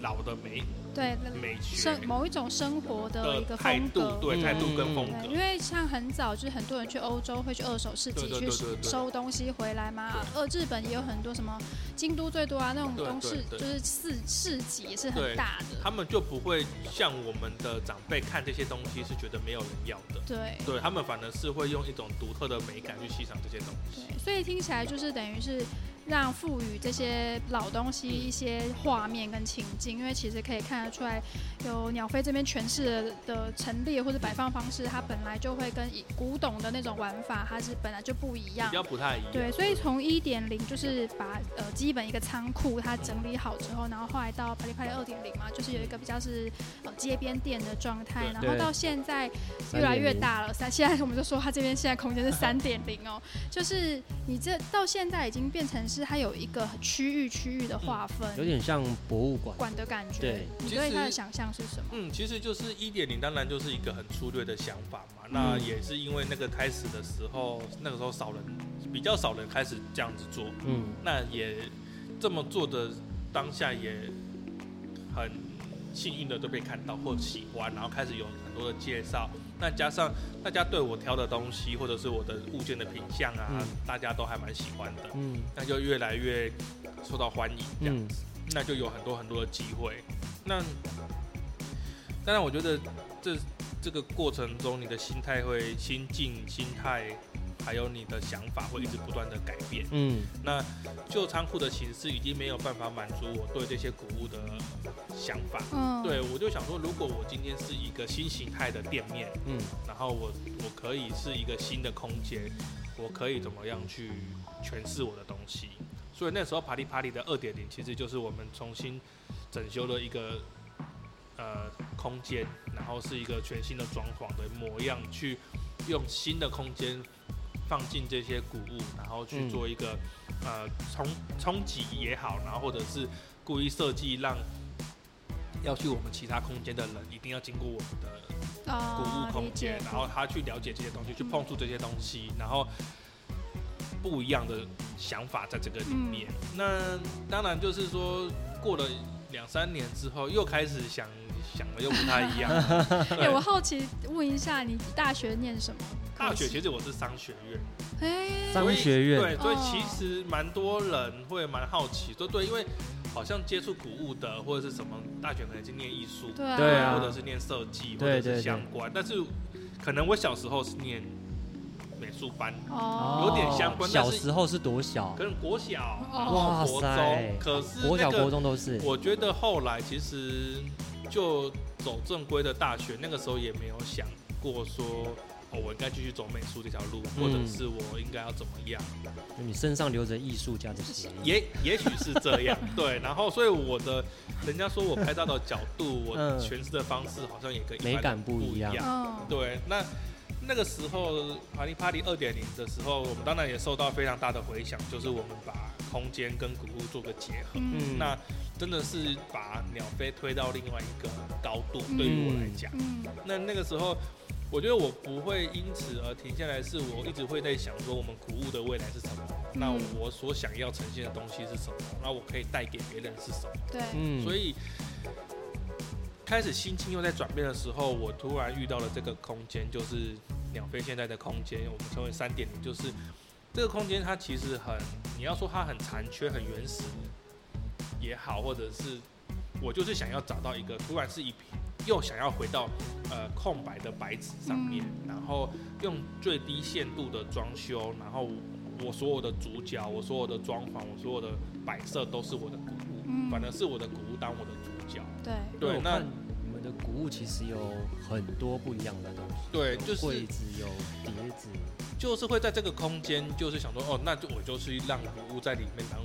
[SPEAKER 3] 老的美
[SPEAKER 1] 对，
[SPEAKER 3] 美学
[SPEAKER 1] 生某一种生活的一个
[SPEAKER 3] 的态
[SPEAKER 1] 风
[SPEAKER 3] 度
[SPEAKER 1] 格，，
[SPEAKER 3] 对
[SPEAKER 2] 嗯
[SPEAKER 3] 态度跟风
[SPEAKER 1] 对，因
[SPEAKER 3] 格，
[SPEAKER 1] 为像很早就是很多人去欧洲会去二手市集
[SPEAKER 3] 对对
[SPEAKER 1] 去
[SPEAKER 3] 对对对
[SPEAKER 1] 收东西回来嘛，呃，日本也有很多什么京都最多啊那种
[SPEAKER 3] 对
[SPEAKER 1] 东
[SPEAKER 3] 对
[SPEAKER 1] 市
[SPEAKER 3] 对
[SPEAKER 1] 就是市市集也是
[SPEAKER 3] 对
[SPEAKER 1] 很大的，
[SPEAKER 3] 他们就不会像我们的长辈看这些东西是觉得没有人要的，
[SPEAKER 1] 对
[SPEAKER 3] 对他们反而是会用一种独特的美感去欣赏这些东西。
[SPEAKER 1] 对，所以听起来就是等于是让赋予这些老东西一些画面跟情境，因为其实可以看得出来，有鸟飞这边诠释的的陈列或者摆放方式，它本来就会跟以古董的那种玩法，它是本来就不一样
[SPEAKER 3] 比。较不太一样，
[SPEAKER 1] 对，所以从一点零就是把呃基本一个仓库它整理好之后，然后后来到啪里啪里二点零嘛，就是有一个比较是呃街边店的状态，
[SPEAKER 3] 对
[SPEAKER 1] 然后
[SPEAKER 2] 对
[SPEAKER 1] 到现在越来越大了，三现在我们就说它这边现在空间是三点零哦， 就是你这到现在已经变成是它有一个区域区域的划
[SPEAKER 2] 有
[SPEAKER 3] 嗯
[SPEAKER 1] 分
[SPEAKER 2] 点像博物馆，
[SPEAKER 1] 馆的感觉，
[SPEAKER 2] 对
[SPEAKER 1] 你
[SPEAKER 3] 其
[SPEAKER 1] 对它的
[SPEAKER 3] 实
[SPEAKER 1] 想象是什么？
[SPEAKER 3] 嗯，其实就是一点零，当然就是一个很粗略的想法
[SPEAKER 1] 嗯
[SPEAKER 3] 嘛。那也是因为那个开始的时候，那个时候少人，比较少人开始这样子做，
[SPEAKER 2] 嗯
[SPEAKER 3] 那也这么做的当下也很幸运的都被看到或喜欢，然后开始有很多的介绍。那加上大家对我挑的东西或者是我的物件的品相啊，
[SPEAKER 2] 嗯
[SPEAKER 3] 大家都还蛮喜欢的，
[SPEAKER 2] 嗯
[SPEAKER 3] 那就越来越受到欢迎这样
[SPEAKER 2] 嗯
[SPEAKER 3] 子。那就有很多很多的机会。那当然，我觉得这这个过程中，你的心态会、心境、心态，还有你的想法会一直不断的改变。
[SPEAKER 2] 嗯，
[SPEAKER 3] 那旧仓库的形式已经没有办法满足我对这些谷物的想法。
[SPEAKER 1] 嗯，
[SPEAKER 3] 对，我就想说，如果我今天是一个新形态的店面，
[SPEAKER 2] 嗯，
[SPEAKER 3] 然后我我可以是一个新的空间，我可以怎么样去诠释我的东西。所以那时候爬里爬里的二点零，其实就是我们重新整修了一个呃空间，然后是一个全新的装潢的模样，去用新的空间放进这些古物，然后去
[SPEAKER 2] 嗯
[SPEAKER 3] 做一个、呃冲冲击也好，然后或者是故意设计让要去我们其他空间的人一定要经过我们的古
[SPEAKER 1] 啊
[SPEAKER 3] 物，
[SPEAKER 1] 理
[SPEAKER 3] 空
[SPEAKER 1] 解，
[SPEAKER 3] 间
[SPEAKER 1] 嗯
[SPEAKER 3] 然后他去了解这些东西，去碰触这些东西，然后不一样的想法在这个里面。
[SPEAKER 1] 嗯
[SPEAKER 3] 那当然就是说，过了两三年之后，又开始想想的又不太一 样。
[SPEAKER 1] 哎、我
[SPEAKER 3] 对，
[SPEAKER 1] 好奇问一下，你大学念什么？
[SPEAKER 3] 大学其实我是商学院，
[SPEAKER 1] 哎、
[SPEAKER 2] 商
[SPEAKER 3] 所以
[SPEAKER 2] 学院
[SPEAKER 3] 对，所以
[SPEAKER 1] 哦
[SPEAKER 3] 其实蛮多人会蛮好奇，说对，因为好像接触古物的或者是什么大学可能是念艺术，
[SPEAKER 1] 对啊
[SPEAKER 2] 对啊
[SPEAKER 3] 或者是念设计，或
[SPEAKER 2] 对对
[SPEAKER 3] 者是
[SPEAKER 2] 对
[SPEAKER 3] 相关，但是可能我小时候是念美术班。
[SPEAKER 1] 哦，
[SPEAKER 3] 有点相关但
[SPEAKER 2] 小
[SPEAKER 3] 是
[SPEAKER 2] 时候是多小？
[SPEAKER 3] 可能国小，
[SPEAKER 1] 哦
[SPEAKER 3] 然后国中，可是、那个
[SPEAKER 2] 国小国中都是。
[SPEAKER 3] 我觉得后来其实就走正规的大学，那个时候也没有想过说，哦，我应该继续走美术这条路，
[SPEAKER 2] 嗯
[SPEAKER 3] 或者是我应该要怎么样，
[SPEAKER 2] 你身上留着艺术家的血液。
[SPEAKER 3] 也也许是这 样，对。然后，所以我的，人家说我拍照的角度，我
[SPEAKER 2] 嗯
[SPEAKER 3] 诠释的方式好像也跟一般人
[SPEAKER 2] 美感不
[SPEAKER 3] 不
[SPEAKER 2] 一样
[SPEAKER 1] 嗯，
[SPEAKER 3] 对，那那个时候帕里帕里二点零的时候，我们当然也受到非常大的回响，就是我们把空间跟古物做个结合。
[SPEAKER 1] 嗯
[SPEAKER 2] 嗯，
[SPEAKER 3] 那真的是把鸟飞推到另外一个高度，
[SPEAKER 1] 嗯
[SPEAKER 3] 对于我来讲。
[SPEAKER 1] 嗯，
[SPEAKER 3] 那那个时候，我觉得我不会因此而停下来，是我一直会在想说，我们古物的未来是什么？那
[SPEAKER 1] 嗯
[SPEAKER 3] 我所想要呈现的东西是什么？那我可以带给别人是什么？
[SPEAKER 1] 对，
[SPEAKER 2] 嗯
[SPEAKER 3] 所以开始心境又在转变的时候，我突然遇到了这个空间，就是鸟飞现在的空间，我们称为三点零，就是这个空间它其实很，你要说它很残缺、很原始也好，或者是我就是想要找到一个突然是一片，又想要回到呃空白的白纸上面，然后用最低限度的装修，然后我所有的主角、我所有的装潢、我所有的摆设都是我的古物，
[SPEAKER 1] 嗯
[SPEAKER 3] 反而是我的古物当我的主角。
[SPEAKER 1] 对，
[SPEAKER 3] 对，
[SPEAKER 2] 我
[SPEAKER 3] 那
[SPEAKER 2] 看你们的古物其实有很多不一样的东西，
[SPEAKER 3] 对就
[SPEAKER 2] 柜
[SPEAKER 3] 是
[SPEAKER 2] 子有碟子，
[SPEAKER 3] 就是会在这个空间，就是想说，哦，那就我就是让古物在里面当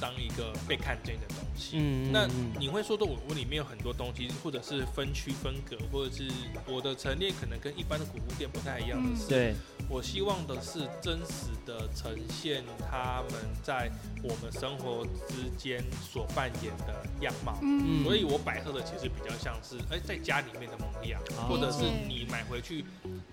[SPEAKER 3] 当一个被看见的东西。
[SPEAKER 2] 嗯
[SPEAKER 3] 那你会说的，我我里面有很多东西，或者是分区分隔，或者是我的陈列可能跟一般的古物店不太一样的
[SPEAKER 1] 嗯
[SPEAKER 3] 是，
[SPEAKER 2] 对，
[SPEAKER 3] 我希望的是真实的呈现他们在我们生活之间所扮演的样貌。
[SPEAKER 1] 嗯，
[SPEAKER 2] 嗯
[SPEAKER 3] 所以我摆设的其实比较像是，哎、在家里面的模样，
[SPEAKER 2] 哦
[SPEAKER 3] 或者是你买回去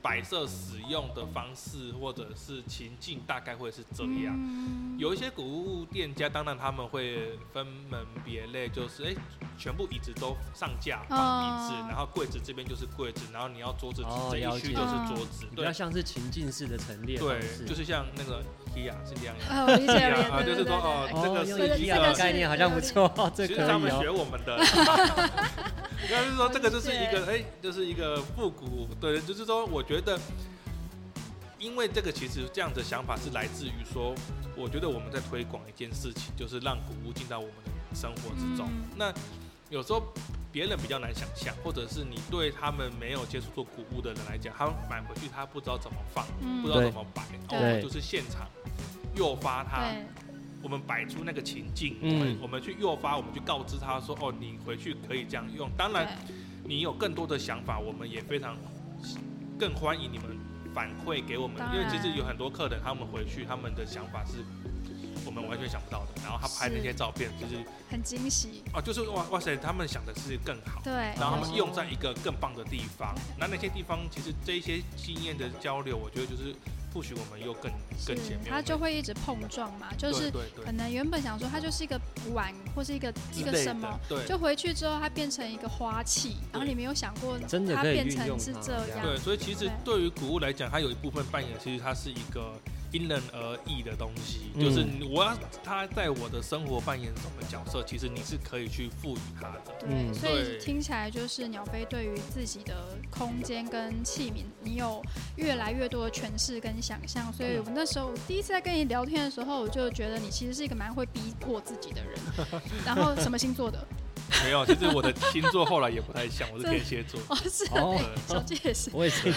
[SPEAKER 3] 摆设使用的方式，或者是情境，大概会是这样。
[SPEAKER 1] 嗯
[SPEAKER 3] 有一些古物店家，当然他们会分门别类，就是哎、全部椅子都上架放椅子，
[SPEAKER 1] 哦
[SPEAKER 3] 然后柜子这边就是柜子，然后你要桌子、
[SPEAKER 2] 哦
[SPEAKER 3] 这
[SPEAKER 2] 了
[SPEAKER 3] 一
[SPEAKER 2] 解
[SPEAKER 3] 区就是桌子，
[SPEAKER 2] 比较
[SPEAKER 3] 对
[SPEAKER 2] 像是情境式的陈列方式，
[SPEAKER 3] 对，就是像那个 IKEA 是这样的。
[SPEAKER 1] 啊，我 理解了
[SPEAKER 3] IKEA，啊，
[SPEAKER 1] 对
[SPEAKER 3] 就
[SPEAKER 1] 对
[SPEAKER 3] 是
[SPEAKER 1] 对
[SPEAKER 3] 说哦
[SPEAKER 1] 对，
[SPEAKER 2] 哦，用
[SPEAKER 3] 个是
[SPEAKER 1] 这个
[SPEAKER 2] 一
[SPEAKER 1] 是
[SPEAKER 2] 样的概念好像不 错，这
[SPEAKER 3] 其
[SPEAKER 2] 可
[SPEAKER 3] 实他
[SPEAKER 2] 以
[SPEAKER 3] 们
[SPEAKER 2] 哦。
[SPEAKER 3] 学我们的， 就是说这个就是一 个哎、就是一个复古，对，就是说我觉得，因为这个其实这样的想法是来自于说，我觉得我们在推广一件事情，就是让古物进到我们的生活之中。
[SPEAKER 1] 嗯
[SPEAKER 3] 那有时候别人比较难想象，或者是你对他们没有接触过古物的人来讲，他买回去他不知道怎么放，
[SPEAKER 1] 嗯
[SPEAKER 3] 不知道
[SPEAKER 2] 对
[SPEAKER 3] 怎么摆，
[SPEAKER 1] 对
[SPEAKER 3] 哦，就是现场诱发他。
[SPEAKER 1] 对，
[SPEAKER 3] 我们摆出那个情境，
[SPEAKER 2] 嗯
[SPEAKER 3] 我们我们去诱发，我们去告知他说，哦，你回去可以这样用。当然，你有更多的想法，我们也非常更欢迎你们反馈给我们
[SPEAKER 1] 当，然
[SPEAKER 3] 因为其实有很多客人他们回去他们的想法是我们完全想不到的，然后他拍
[SPEAKER 1] 是
[SPEAKER 3] 那些照片就是
[SPEAKER 1] 对很惊喜，
[SPEAKER 3] 哦，就是哇哇塞，他们想的是更好。
[SPEAKER 1] 对，
[SPEAKER 3] 然后他
[SPEAKER 1] 没
[SPEAKER 3] 们
[SPEAKER 1] 错
[SPEAKER 3] 用在一个更棒的地方，那那些地方其实这一些经验的交流，我觉得就是不许我们又更更
[SPEAKER 1] 是
[SPEAKER 3] 前面，
[SPEAKER 1] 它就会一直碰撞嘛，
[SPEAKER 3] 我
[SPEAKER 1] 就
[SPEAKER 3] 们
[SPEAKER 1] 是
[SPEAKER 3] 对对
[SPEAKER 1] 可能原本想说它就是一个碗或是一个
[SPEAKER 3] 对
[SPEAKER 1] 一
[SPEAKER 3] 之
[SPEAKER 1] 个
[SPEAKER 3] 类
[SPEAKER 1] 什
[SPEAKER 3] 的
[SPEAKER 1] 么，
[SPEAKER 3] 对
[SPEAKER 1] 就回去之后它变成一个花器，然后你没有想过
[SPEAKER 2] 真的
[SPEAKER 1] 它
[SPEAKER 2] 可以
[SPEAKER 1] 变
[SPEAKER 2] 运用
[SPEAKER 1] 成是
[SPEAKER 2] 它
[SPEAKER 1] 这
[SPEAKER 2] 这
[SPEAKER 1] 样
[SPEAKER 2] 样，
[SPEAKER 3] 对，所以其实对于古物来讲，它有一部分扮演，其实它是一个因人而异的东西，
[SPEAKER 2] 嗯
[SPEAKER 3] 就是我要他在我的生活扮演什么角色，其实你是可以去赋予他的。
[SPEAKER 1] 对，
[SPEAKER 2] 嗯
[SPEAKER 1] 所以
[SPEAKER 3] 对
[SPEAKER 1] 听起来就是鸟飞对于自己的空间跟器皿，你有越来越多的诠释跟想象。所以
[SPEAKER 3] 嗯
[SPEAKER 1] 我那时候第一次在跟你聊天的时候，我就觉得你其实是一个蛮会逼迫自己的人。 然后什么星座的？
[SPEAKER 3] 没有，其实我的星座后来也不太像，我是
[SPEAKER 1] 真的
[SPEAKER 3] 天蝎座。
[SPEAKER 1] 哦，是啊
[SPEAKER 2] 哦
[SPEAKER 1] 哎小姐也 是。哦
[SPEAKER 2] 我也是，
[SPEAKER 1] 因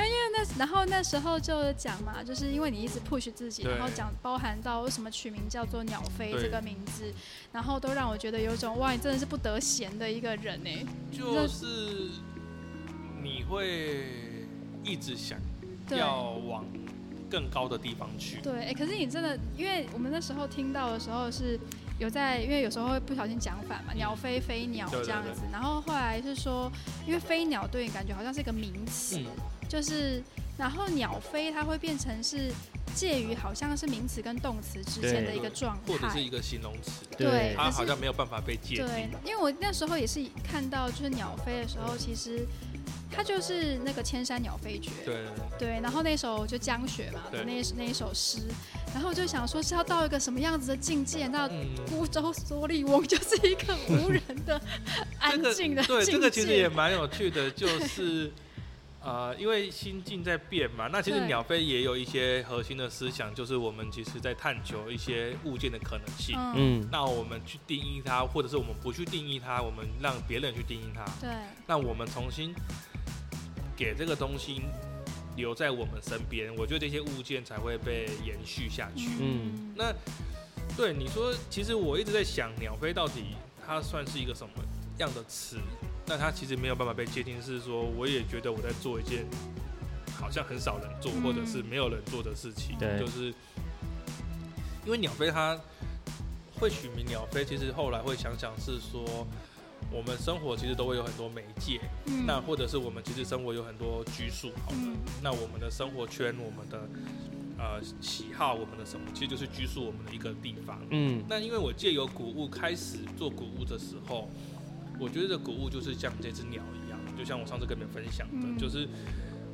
[SPEAKER 1] 为因为那然后那时候就讲嘛，就是因为你一直 push 自己，
[SPEAKER 3] 对
[SPEAKER 1] 然后讲包含到为什么取名叫做鸟飞
[SPEAKER 3] 对
[SPEAKER 1] 这个名字，然后都让我觉得有一种哇，你真的是不得闲的一个人哎。
[SPEAKER 3] 就是你会一直想
[SPEAKER 1] 对
[SPEAKER 3] 要往更高的地方去。
[SPEAKER 1] 对，哎、可是你真的，因为我们那时候听到的时候是有在，因为有时候会不小心讲反嘛，鸟飞飞鸟
[SPEAKER 3] 对对
[SPEAKER 1] 这样
[SPEAKER 3] 对
[SPEAKER 1] 子。然后后来是说，因为飞鸟对你感觉好像是一个名词，
[SPEAKER 3] 嗯，
[SPEAKER 1] 就是然后鸟飞它会变成是介于好像是名词跟动词之间的一个状
[SPEAKER 3] 或者是
[SPEAKER 1] 态
[SPEAKER 3] 一。个形容词，
[SPEAKER 1] 对
[SPEAKER 3] 它
[SPEAKER 1] 可是
[SPEAKER 3] 好像没有办法被界
[SPEAKER 1] 对
[SPEAKER 3] 定。，
[SPEAKER 1] 因为我那时候也是看到就是鸟飞的时候，其实它就是那个千山鸟飞绝。
[SPEAKER 3] 对，
[SPEAKER 1] 对，然后那首就江雪嘛，
[SPEAKER 3] 对
[SPEAKER 1] 那一那一首诗，然后我就想说是要到一个什么样子的境界？那
[SPEAKER 3] 嗯，
[SPEAKER 1] 孤舟蓑笠翁 就是一个无人 的安静的境界。
[SPEAKER 3] 对，这个其实也蛮有趣的，就是。呃，因为心境在变嘛，那其实
[SPEAKER 1] 对
[SPEAKER 3] 鸟飞也有一些核心的思想，就是我们其实在探求一些物件的可能性。
[SPEAKER 1] 嗯，
[SPEAKER 2] 嗯，
[SPEAKER 3] 那我们去定义它，或者是我们不去定义它，我们让别人去定义它。
[SPEAKER 1] 对，
[SPEAKER 3] 那我们重新给这个东西留在我们身边，我觉得这些物件才会被延续下去。
[SPEAKER 2] 嗯
[SPEAKER 1] 嗯，
[SPEAKER 3] 那对你说，其实我一直在想，鸟飞到底它算是一个什么样的词？但它其实没有办法被界定，是说我也觉得我在做一件好像很少人做，
[SPEAKER 1] 嗯
[SPEAKER 3] 或者是没有人做的事情，
[SPEAKER 2] 对
[SPEAKER 3] 就是因为鸟飞它会取名鸟飞，其实后来会想想是说。我们生活其实都会有很多媒介，
[SPEAKER 1] 嗯
[SPEAKER 3] 那或者是我们其实生活有很多拘束，好了，
[SPEAKER 1] 嗯
[SPEAKER 3] 那我们的生活圈、我们的呃喜好、我们的什么，其实就是拘束我们的一个地方。
[SPEAKER 2] 嗯，
[SPEAKER 3] 那因为我借由谷物开始做谷物的时候，我觉得谷物就是像这只鸟一样，就像我上次跟你们分享的，
[SPEAKER 1] 嗯
[SPEAKER 3] 就是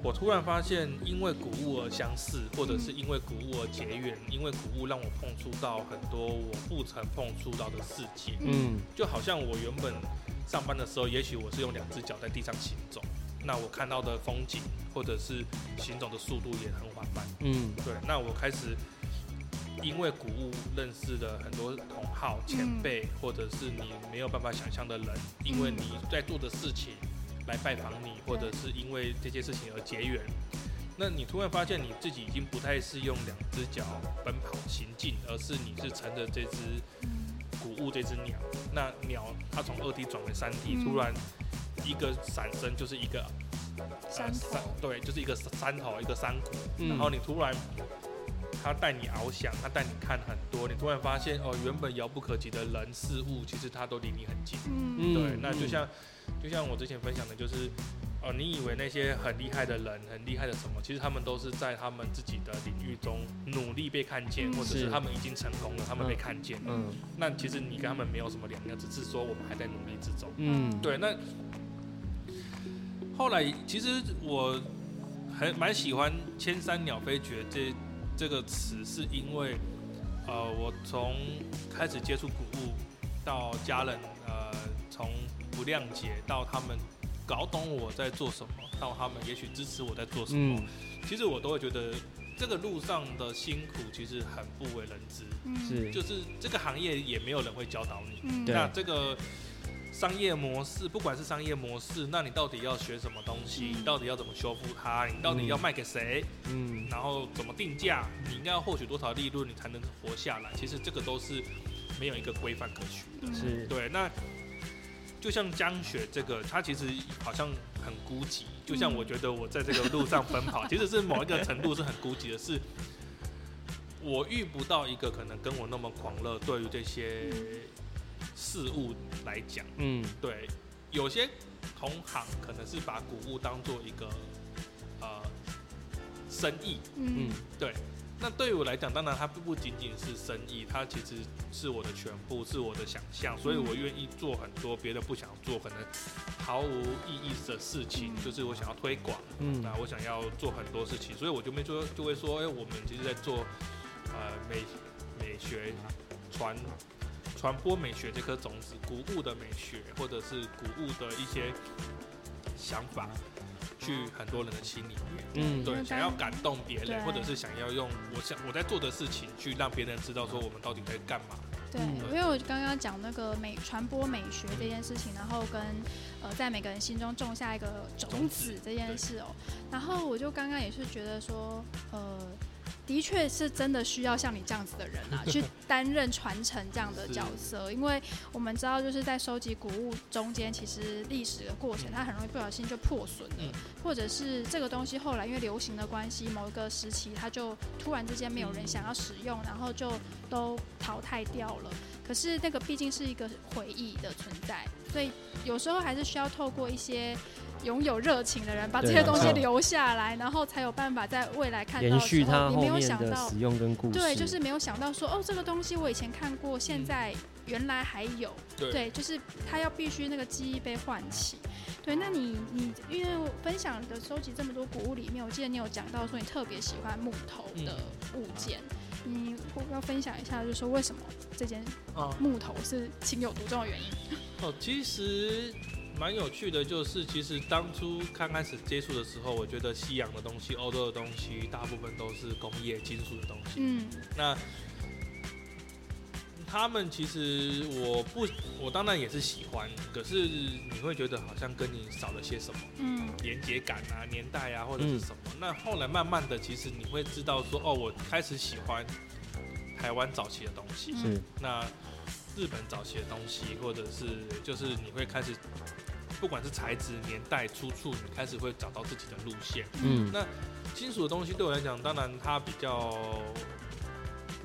[SPEAKER 3] 我突然发现，因为谷物而相似，或者是因为谷物而结缘，因为谷物让我碰触到很多我不曾碰触到的世界。
[SPEAKER 2] 嗯，
[SPEAKER 3] 就好像我原本上班的时候，也许我是用两只脚在地上行走，那我看到的风景或者是行走的速度也很缓慢。
[SPEAKER 2] 嗯，
[SPEAKER 3] 对，那我开始因为古物认识了很多同好、前辈，或者是你没有办法想象的人，因为你在做的事情来拜访你，或者是因为这些事情而结缘。那你突然发现你自己已经不太是用两只脚奔跑行进，而是你是乘着这只
[SPEAKER 1] 嗯
[SPEAKER 3] 谷物这只鸟，那鸟它从二 D 转为三 D，、
[SPEAKER 1] 嗯
[SPEAKER 3] 突然一个闪身就是一个呃
[SPEAKER 1] 山头
[SPEAKER 3] 对，就是一个山头一个山谷，
[SPEAKER 2] 嗯
[SPEAKER 3] 然后你突然它带你翱翔，它带你看很多，你突然发现哦，原本遥不可及的人事物，其实它都离你很近。
[SPEAKER 1] 嗯
[SPEAKER 2] 嗯
[SPEAKER 3] 对，那就像就像我之前分享的，就是哦，你以为那些很厉害的人、很厉害的什么，其实他们都是在他们自己的领域中努力被看见，
[SPEAKER 1] 嗯
[SPEAKER 3] 或者
[SPEAKER 2] 是
[SPEAKER 3] 是他们已经成功了，他们被看见。
[SPEAKER 2] 嗯，
[SPEAKER 3] 那其实你跟他们没有什么两样，只是说我们还在努力之中。
[SPEAKER 2] 嗯，
[SPEAKER 3] 对，那后来其实我很蛮喜欢“千山鸟飞绝”这这个词，是因为呃，我从开始接触古物到家人呃，从不谅解到他们搞懂我在做什么，到他们也许支持我在做什么，
[SPEAKER 2] 嗯，
[SPEAKER 3] 其实我都会觉得这个路上的辛苦其实很不为人知。
[SPEAKER 1] 嗯
[SPEAKER 2] 是，
[SPEAKER 3] 就是这个行业也没有人会教导你。
[SPEAKER 1] 嗯
[SPEAKER 2] 对
[SPEAKER 3] 那这个商业模式，不管是商业模式，那你到底要学什么东西？
[SPEAKER 1] 嗯
[SPEAKER 3] 你到底要怎么修复它？你到底要卖给谁？
[SPEAKER 2] 嗯，
[SPEAKER 3] 然后怎么定价？你应该要获取多少利润，你才能活下来？其实这个都是没有一个规范可循的。
[SPEAKER 1] 嗯
[SPEAKER 2] 是，
[SPEAKER 3] 对，那就像江雪这个，它其实好像很孤寂。就像我觉得我在这个路上奔跑，其实是某一个程度是很孤寂的，是我遇不到一个可能跟我那么狂热，对于这些事物来讲，
[SPEAKER 2] 嗯，
[SPEAKER 3] 对有些同行可能是把谷物当做一个呃生意，
[SPEAKER 1] 嗯
[SPEAKER 2] 嗯，
[SPEAKER 3] 对，那对我来讲，当然它不仅仅是生意，它其实是我的全部，是我的想象，所以我愿意做很多别的不想做，可能毫无意义的事情，
[SPEAKER 1] 嗯
[SPEAKER 3] 就是我想要推广，
[SPEAKER 2] 嗯
[SPEAKER 3] 那我想要做很多事情，所以我就没说就会说，哎、我们其实在做呃美美学传传播美学这颗种子，古物的美学，或者是古物的一些想法，去很多人的心里面。
[SPEAKER 2] 嗯
[SPEAKER 3] 对，
[SPEAKER 1] 因为
[SPEAKER 3] 想
[SPEAKER 1] 当
[SPEAKER 3] 要感动别人，
[SPEAKER 1] 对
[SPEAKER 3] 或者是想要用我想我在做的事情去让别人知道说我们到底在干嘛。
[SPEAKER 1] 对，
[SPEAKER 2] 嗯
[SPEAKER 1] 因为我刚刚讲那个美传播美学这件事情，然后跟呃在每个人心中种下一个种
[SPEAKER 3] 种
[SPEAKER 1] 子
[SPEAKER 3] 子
[SPEAKER 1] 这件事哦，然后我就刚刚也是觉得说，呃，的确是真的需要像你这样子的人 啊，去担任传承这样的角色，因为我们知道就是在收集古物中间，其实历史的过程
[SPEAKER 3] 嗯
[SPEAKER 1] 它很容易不小心就破损了，
[SPEAKER 3] 嗯
[SPEAKER 1] 或者是这个东西后来因为流行的关系，某一个时期它就突然之间没有
[SPEAKER 3] 嗯
[SPEAKER 1] 人想要使用，然后就都淘汰掉了。可是那个毕竟是一个回忆的存在，所以有时候还是需要透过一些拥有热情的人把这
[SPEAKER 2] 对啊
[SPEAKER 1] 些东西
[SPEAKER 2] 没错
[SPEAKER 1] 留下来，然后才有办法在未来看到
[SPEAKER 2] 延
[SPEAKER 1] 的
[SPEAKER 2] 续
[SPEAKER 1] 时候，
[SPEAKER 2] 它
[SPEAKER 1] 你
[SPEAKER 2] 后
[SPEAKER 1] 没有
[SPEAKER 2] 面
[SPEAKER 1] 想
[SPEAKER 2] 的
[SPEAKER 1] 到
[SPEAKER 2] 使用跟故事，
[SPEAKER 1] 对，就是没有想到说，哦，这个东西我以前看过，现在原来还有。
[SPEAKER 3] 对
[SPEAKER 1] 对，就是他要必须那个记忆被唤起。对，那你你因为我分享的收集这么多古物里面，我记得你有讲到说你特别喜欢木头的物件，你要不要分享一下，就是说为什么这件
[SPEAKER 3] 啊、
[SPEAKER 1] 木头是情有独钟的原因？
[SPEAKER 3] 哦，其实蛮有趣的，就是其实当初刚开始接触的时候，我觉得西洋的东西、欧洲的东西，大部分都是工业金属的东西。
[SPEAKER 1] 嗯
[SPEAKER 3] 那他们其实我不，我当然也是喜欢，可是你会觉得好像跟你少了些什么。
[SPEAKER 1] 嗯
[SPEAKER 3] 连接感啊、年代啊，或者是什么。那后来慢慢的，其实你会知道说，哦，我开始喜欢台湾早期的东西，
[SPEAKER 1] 嗯
[SPEAKER 2] 是
[SPEAKER 3] 那日本早期的东西，或者是就是你会开始，不管是材质、年代、出处，你开始会找到自己的路线。
[SPEAKER 2] 嗯
[SPEAKER 3] 那金属的东西对我来讲，当然它比较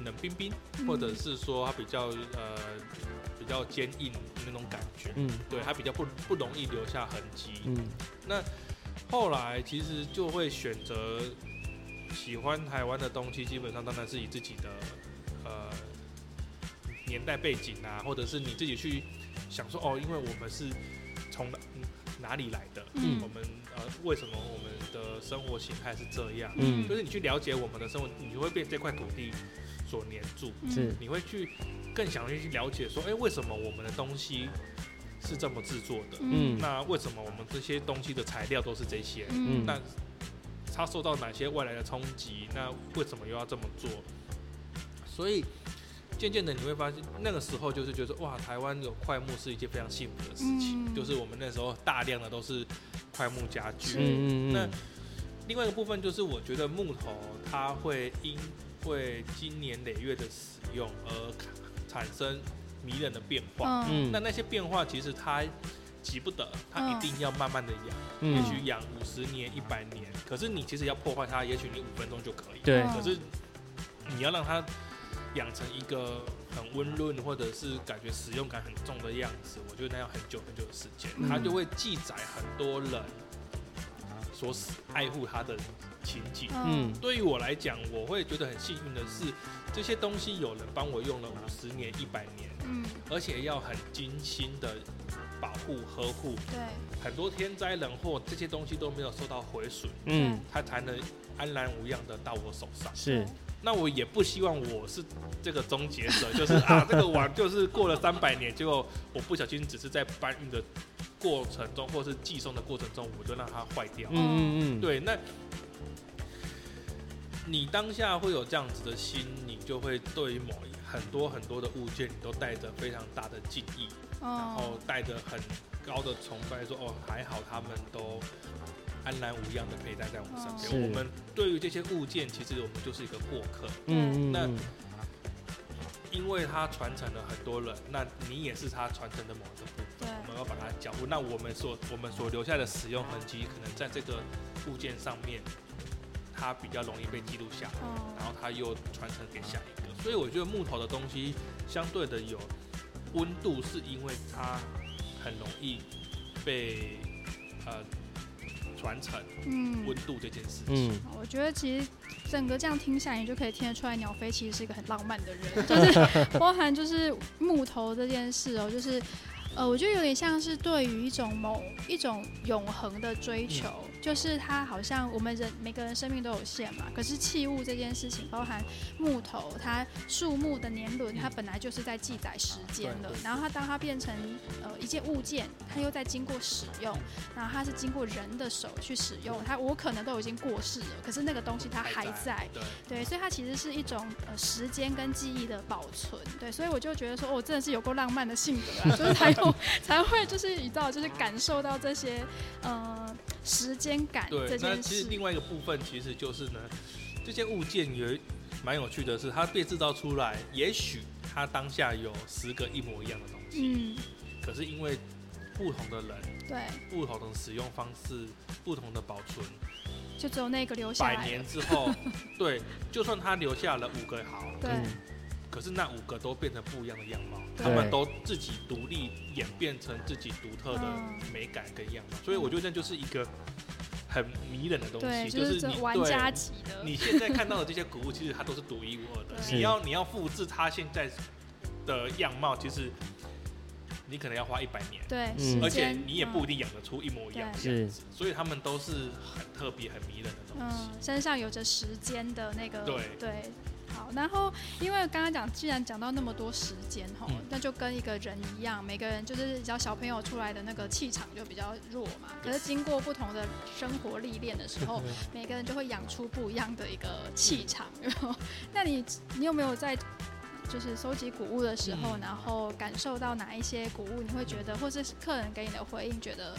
[SPEAKER 3] 冷冰冰，或者是说它比较呃比较坚硬那种感觉，
[SPEAKER 2] 嗯
[SPEAKER 3] 对，它比较不不容易留下痕迹。
[SPEAKER 2] 嗯
[SPEAKER 3] 后来其实就会选择喜欢台湾的东西，基本上当然是以自己的呃年代背景啊，或者是你自己去想说哦，因为我们是从哪嗯哪里来的，
[SPEAKER 1] 嗯
[SPEAKER 3] 我们呃为什么我们的生活形态是这样，
[SPEAKER 2] 嗯
[SPEAKER 3] 就是你去了解我们的生活，你会被这块土地所黏住，
[SPEAKER 1] 嗯
[SPEAKER 2] 是
[SPEAKER 3] 你会去更想要去了解说，哎、为什么我们的东西是这么制作的？
[SPEAKER 2] 嗯
[SPEAKER 3] 那为什么我们这些东西的材料都是这些？
[SPEAKER 1] 嗯
[SPEAKER 3] 那他受到哪些外来的冲击？那为什么又要这么做？所以渐渐的你会发现，那个时候就是觉得哇，台湾有快木是一件非常幸福的事情，
[SPEAKER 1] 嗯
[SPEAKER 3] 就是我们那时候大量的都是快木家具。
[SPEAKER 2] 嗯嗯
[SPEAKER 3] 那
[SPEAKER 2] 嗯，
[SPEAKER 3] 另外一个部分就是，我觉得木头它会因为经年累月的使用而产生迷人的变化。
[SPEAKER 1] 嗯
[SPEAKER 2] 嗯
[SPEAKER 3] 那那些变化其实它急不得，
[SPEAKER 1] 嗯
[SPEAKER 3] 它一定要慢慢的养。
[SPEAKER 2] 嗯
[SPEAKER 3] 也许养五十年、一百年，可是你其实要破坏它，也许你五分钟就可以。
[SPEAKER 2] 对
[SPEAKER 1] 嗯
[SPEAKER 3] 可是你要让它养成一个很温润，或者是感觉使用感很重的样子，我觉得那要很久很久的时间
[SPEAKER 1] 嗯。
[SPEAKER 3] 它就会记载很多人所使爱护它的情景。
[SPEAKER 2] 嗯
[SPEAKER 3] 对于我来讲，我会觉得很幸运的是，这些东西有人帮我用了五十年、一百年，
[SPEAKER 1] 嗯
[SPEAKER 3] 而且要很精心的保护、呵护，
[SPEAKER 1] 对
[SPEAKER 3] 很多天灾人祸这些东西都没有受到毁损，
[SPEAKER 2] 嗯
[SPEAKER 3] 它才能安然无恙的到我手上。
[SPEAKER 2] 是
[SPEAKER 3] 那我也不希望我是这个终结者，就是啊，这个碗就是过了三百年，结果我不小心只是在搬运的过程中，或是寄送的过程中，我就让它坏掉。
[SPEAKER 2] 嗯嗯嗯
[SPEAKER 3] 对，那你当下会有这样子的心，你就会对于某一很多很多的物件，你都带着非常大的敬意。然后
[SPEAKER 1] 哦
[SPEAKER 3] 带着很高的崇拜说：“哦，还好他们都安然无恙的陪伴在我们身边。
[SPEAKER 2] 是
[SPEAKER 3] 我们对于这些物件，其实我们就是一个过客，
[SPEAKER 2] 嗯嗯，
[SPEAKER 3] 因为它传承了很多人，那你也是它传承的某一个部分。
[SPEAKER 1] 对
[SPEAKER 3] 我们要把它交互，那我们所我们所留下的使用痕迹，可能在这个物件上面，它比较容易被记录下来。”
[SPEAKER 1] 哦
[SPEAKER 3] 然后它又传承给下一个。所以我觉得木头的东西相对的有温度，是因为它很容易被呃传承
[SPEAKER 1] 嗯，
[SPEAKER 3] 温度这件事情。
[SPEAKER 2] 嗯，
[SPEAKER 1] 我觉得其实整个这样听下来，你就可以听得出来，鸟飞其实是一个很浪漫的人，就是 包含就是木头这件事哦，就是呃，我觉得有点像是对于一种某一种永恒的追求，就是它好像我们人每个人生命都有限嘛，可是器物这件事情，包含木头，它树木的年轮，它本来就是在记载时间的
[SPEAKER 3] 对，对
[SPEAKER 1] 然后它当它变成呃一件物件，它又在经过使用，然后它是经过人的手去使用，它我可能都已经过世了，可是那个东西它还在，
[SPEAKER 3] 对，
[SPEAKER 1] 对，所以它其实是一种呃时间跟记忆的保存，对，所以我就觉得说，哦，真的是有够浪漫的性格啊，就是才 有才会就是你知道，就是感受到这些呃时间感这
[SPEAKER 3] 对，那
[SPEAKER 1] 件
[SPEAKER 3] 其
[SPEAKER 1] 事
[SPEAKER 3] 实，另外一个部分其实就是呢，这件物件有蛮有趣的是，它被制造出来，也许它当下有十个一模一样的东西，
[SPEAKER 1] 嗯，
[SPEAKER 3] 可是因为不同的人、
[SPEAKER 1] 对，
[SPEAKER 3] 不同的使用方式、不同的保存，
[SPEAKER 1] 就只有那个留下
[SPEAKER 3] 百
[SPEAKER 1] 来了
[SPEAKER 3] 年，之后，对，就算它留下了五个好，
[SPEAKER 1] 对
[SPEAKER 2] 嗯
[SPEAKER 3] 可是那五个都变成不一样的样貌，
[SPEAKER 1] 对
[SPEAKER 3] 他们都自己独立演变成自己独特的
[SPEAKER 1] 嗯
[SPEAKER 3] 美感跟样貌，所以我觉得那就是一个很迷人的东
[SPEAKER 1] 对，
[SPEAKER 3] 西，
[SPEAKER 1] 就是这
[SPEAKER 3] 你
[SPEAKER 1] 玩
[SPEAKER 3] 对
[SPEAKER 1] 家级的，
[SPEAKER 3] 你现在看到的这些古物，其实它都是独一无二的。
[SPEAKER 2] 对
[SPEAKER 3] 你要你要复制它现在的样貌，其实你可能要花一百年，
[SPEAKER 1] 对，
[SPEAKER 2] 嗯
[SPEAKER 1] 时
[SPEAKER 3] 而且
[SPEAKER 1] 间
[SPEAKER 3] 你也
[SPEAKER 1] 嗯
[SPEAKER 3] 不一定养得出一模一样的
[SPEAKER 2] 对
[SPEAKER 3] 样子。所以他们都是很特别、很迷人的东西
[SPEAKER 1] 嗯。，身上有着时间的那个
[SPEAKER 3] 对
[SPEAKER 1] 好，然后因为刚刚讲，既然讲到那么多时间吼，
[SPEAKER 3] 嗯
[SPEAKER 1] 那就跟一个人一样，每个人就是比较小朋友出来的那个气场就比较弱嘛。可是经过不同的生活历练的时候，每个人就会养出不一样的一个气场。
[SPEAKER 3] 嗯
[SPEAKER 1] 然后，那你你有没有在就是收集古物的时候，
[SPEAKER 3] 嗯
[SPEAKER 1] 然后感受到哪一些古物，你会觉得，或者是客人给你的回应，觉得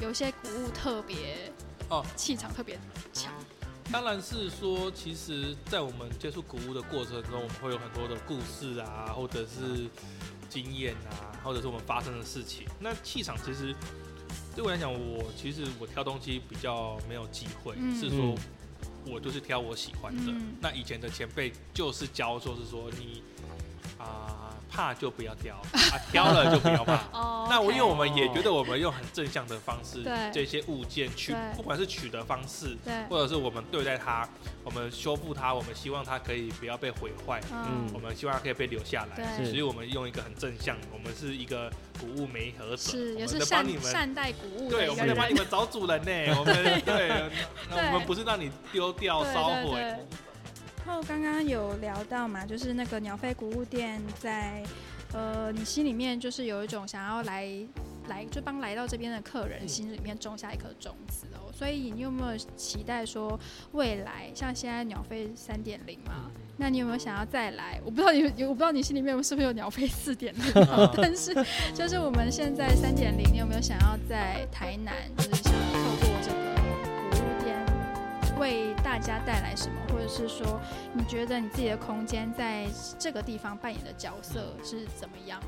[SPEAKER 1] 有一些古物特别
[SPEAKER 3] 哦
[SPEAKER 1] 气场特别强？
[SPEAKER 3] 当然是说，其实，在我们接触古物的过程中，我们会有很多的故事啊，或者是经验啊，或者是我们发生的事情。那气场其实对我来讲，我其实我挑东西比较没有机会，
[SPEAKER 1] 嗯
[SPEAKER 3] 是说我就是挑我喜欢的。
[SPEAKER 1] 嗯
[SPEAKER 3] 那以前的前辈就是教，就是说你啊、怕就不要 挑，啊挑了就不要怕。
[SPEAKER 1] 哦
[SPEAKER 3] 那我因为我们也觉得我们用很正向的方式，
[SPEAKER 1] 对
[SPEAKER 3] 这些物件取
[SPEAKER 1] 对，
[SPEAKER 3] 不管是取的方式，
[SPEAKER 1] 对，
[SPEAKER 3] 或者是我们对待它，我们修复它，我们希望它可以不要被毁坏，
[SPEAKER 1] 嗯，
[SPEAKER 3] 我们希望它可以被留下来。
[SPEAKER 1] 对，
[SPEAKER 2] 是
[SPEAKER 3] 所以我们用一个很正向，我们是一个古物媒合者，
[SPEAKER 1] 是
[SPEAKER 3] 我
[SPEAKER 1] 也
[SPEAKER 3] 们
[SPEAKER 1] 是
[SPEAKER 3] 在帮
[SPEAKER 1] 善
[SPEAKER 3] 你们。
[SPEAKER 1] 善待古物的
[SPEAKER 3] 对，
[SPEAKER 1] 一
[SPEAKER 3] 我
[SPEAKER 1] 个
[SPEAKER 3] 们在帮你
[SPEAKER 1] 人，
[SPEAKER 3] 们找主人呢。我们对，那我
[SPEAKER 1] 对
[SPEAKER 3] 们不是让你丢掉
[SPEAKER 1] 对
[SPEAKER 3] 烧
[SPEAKER 1] 对
[SPEAKER 3] 毁
[SPEAKER 1] 对，
[SPEAKER 4] 然后刚刚有聊到嘛，就是那个鸟飞古物店在，
[SPEAKER 1] 呃，你心里面就是有一种想要来来就帮来到这边的客人
[SPEAKER 3] 嗯
[SPEAKER 1] 心里面种下一颗种子哦。所以你有没有期待说未来像现在鸟飞三点零嘛？那你有没有想要再来？我不知道你，我不知道你心里面是不是有鸟飞四点零， 但是就是我们现在三点零，你有没有想要在台南，就是想要透过这个古物店为大家带来什么，或者是说你觉得你自己的空间在这个地方扮演的角色是怎么样？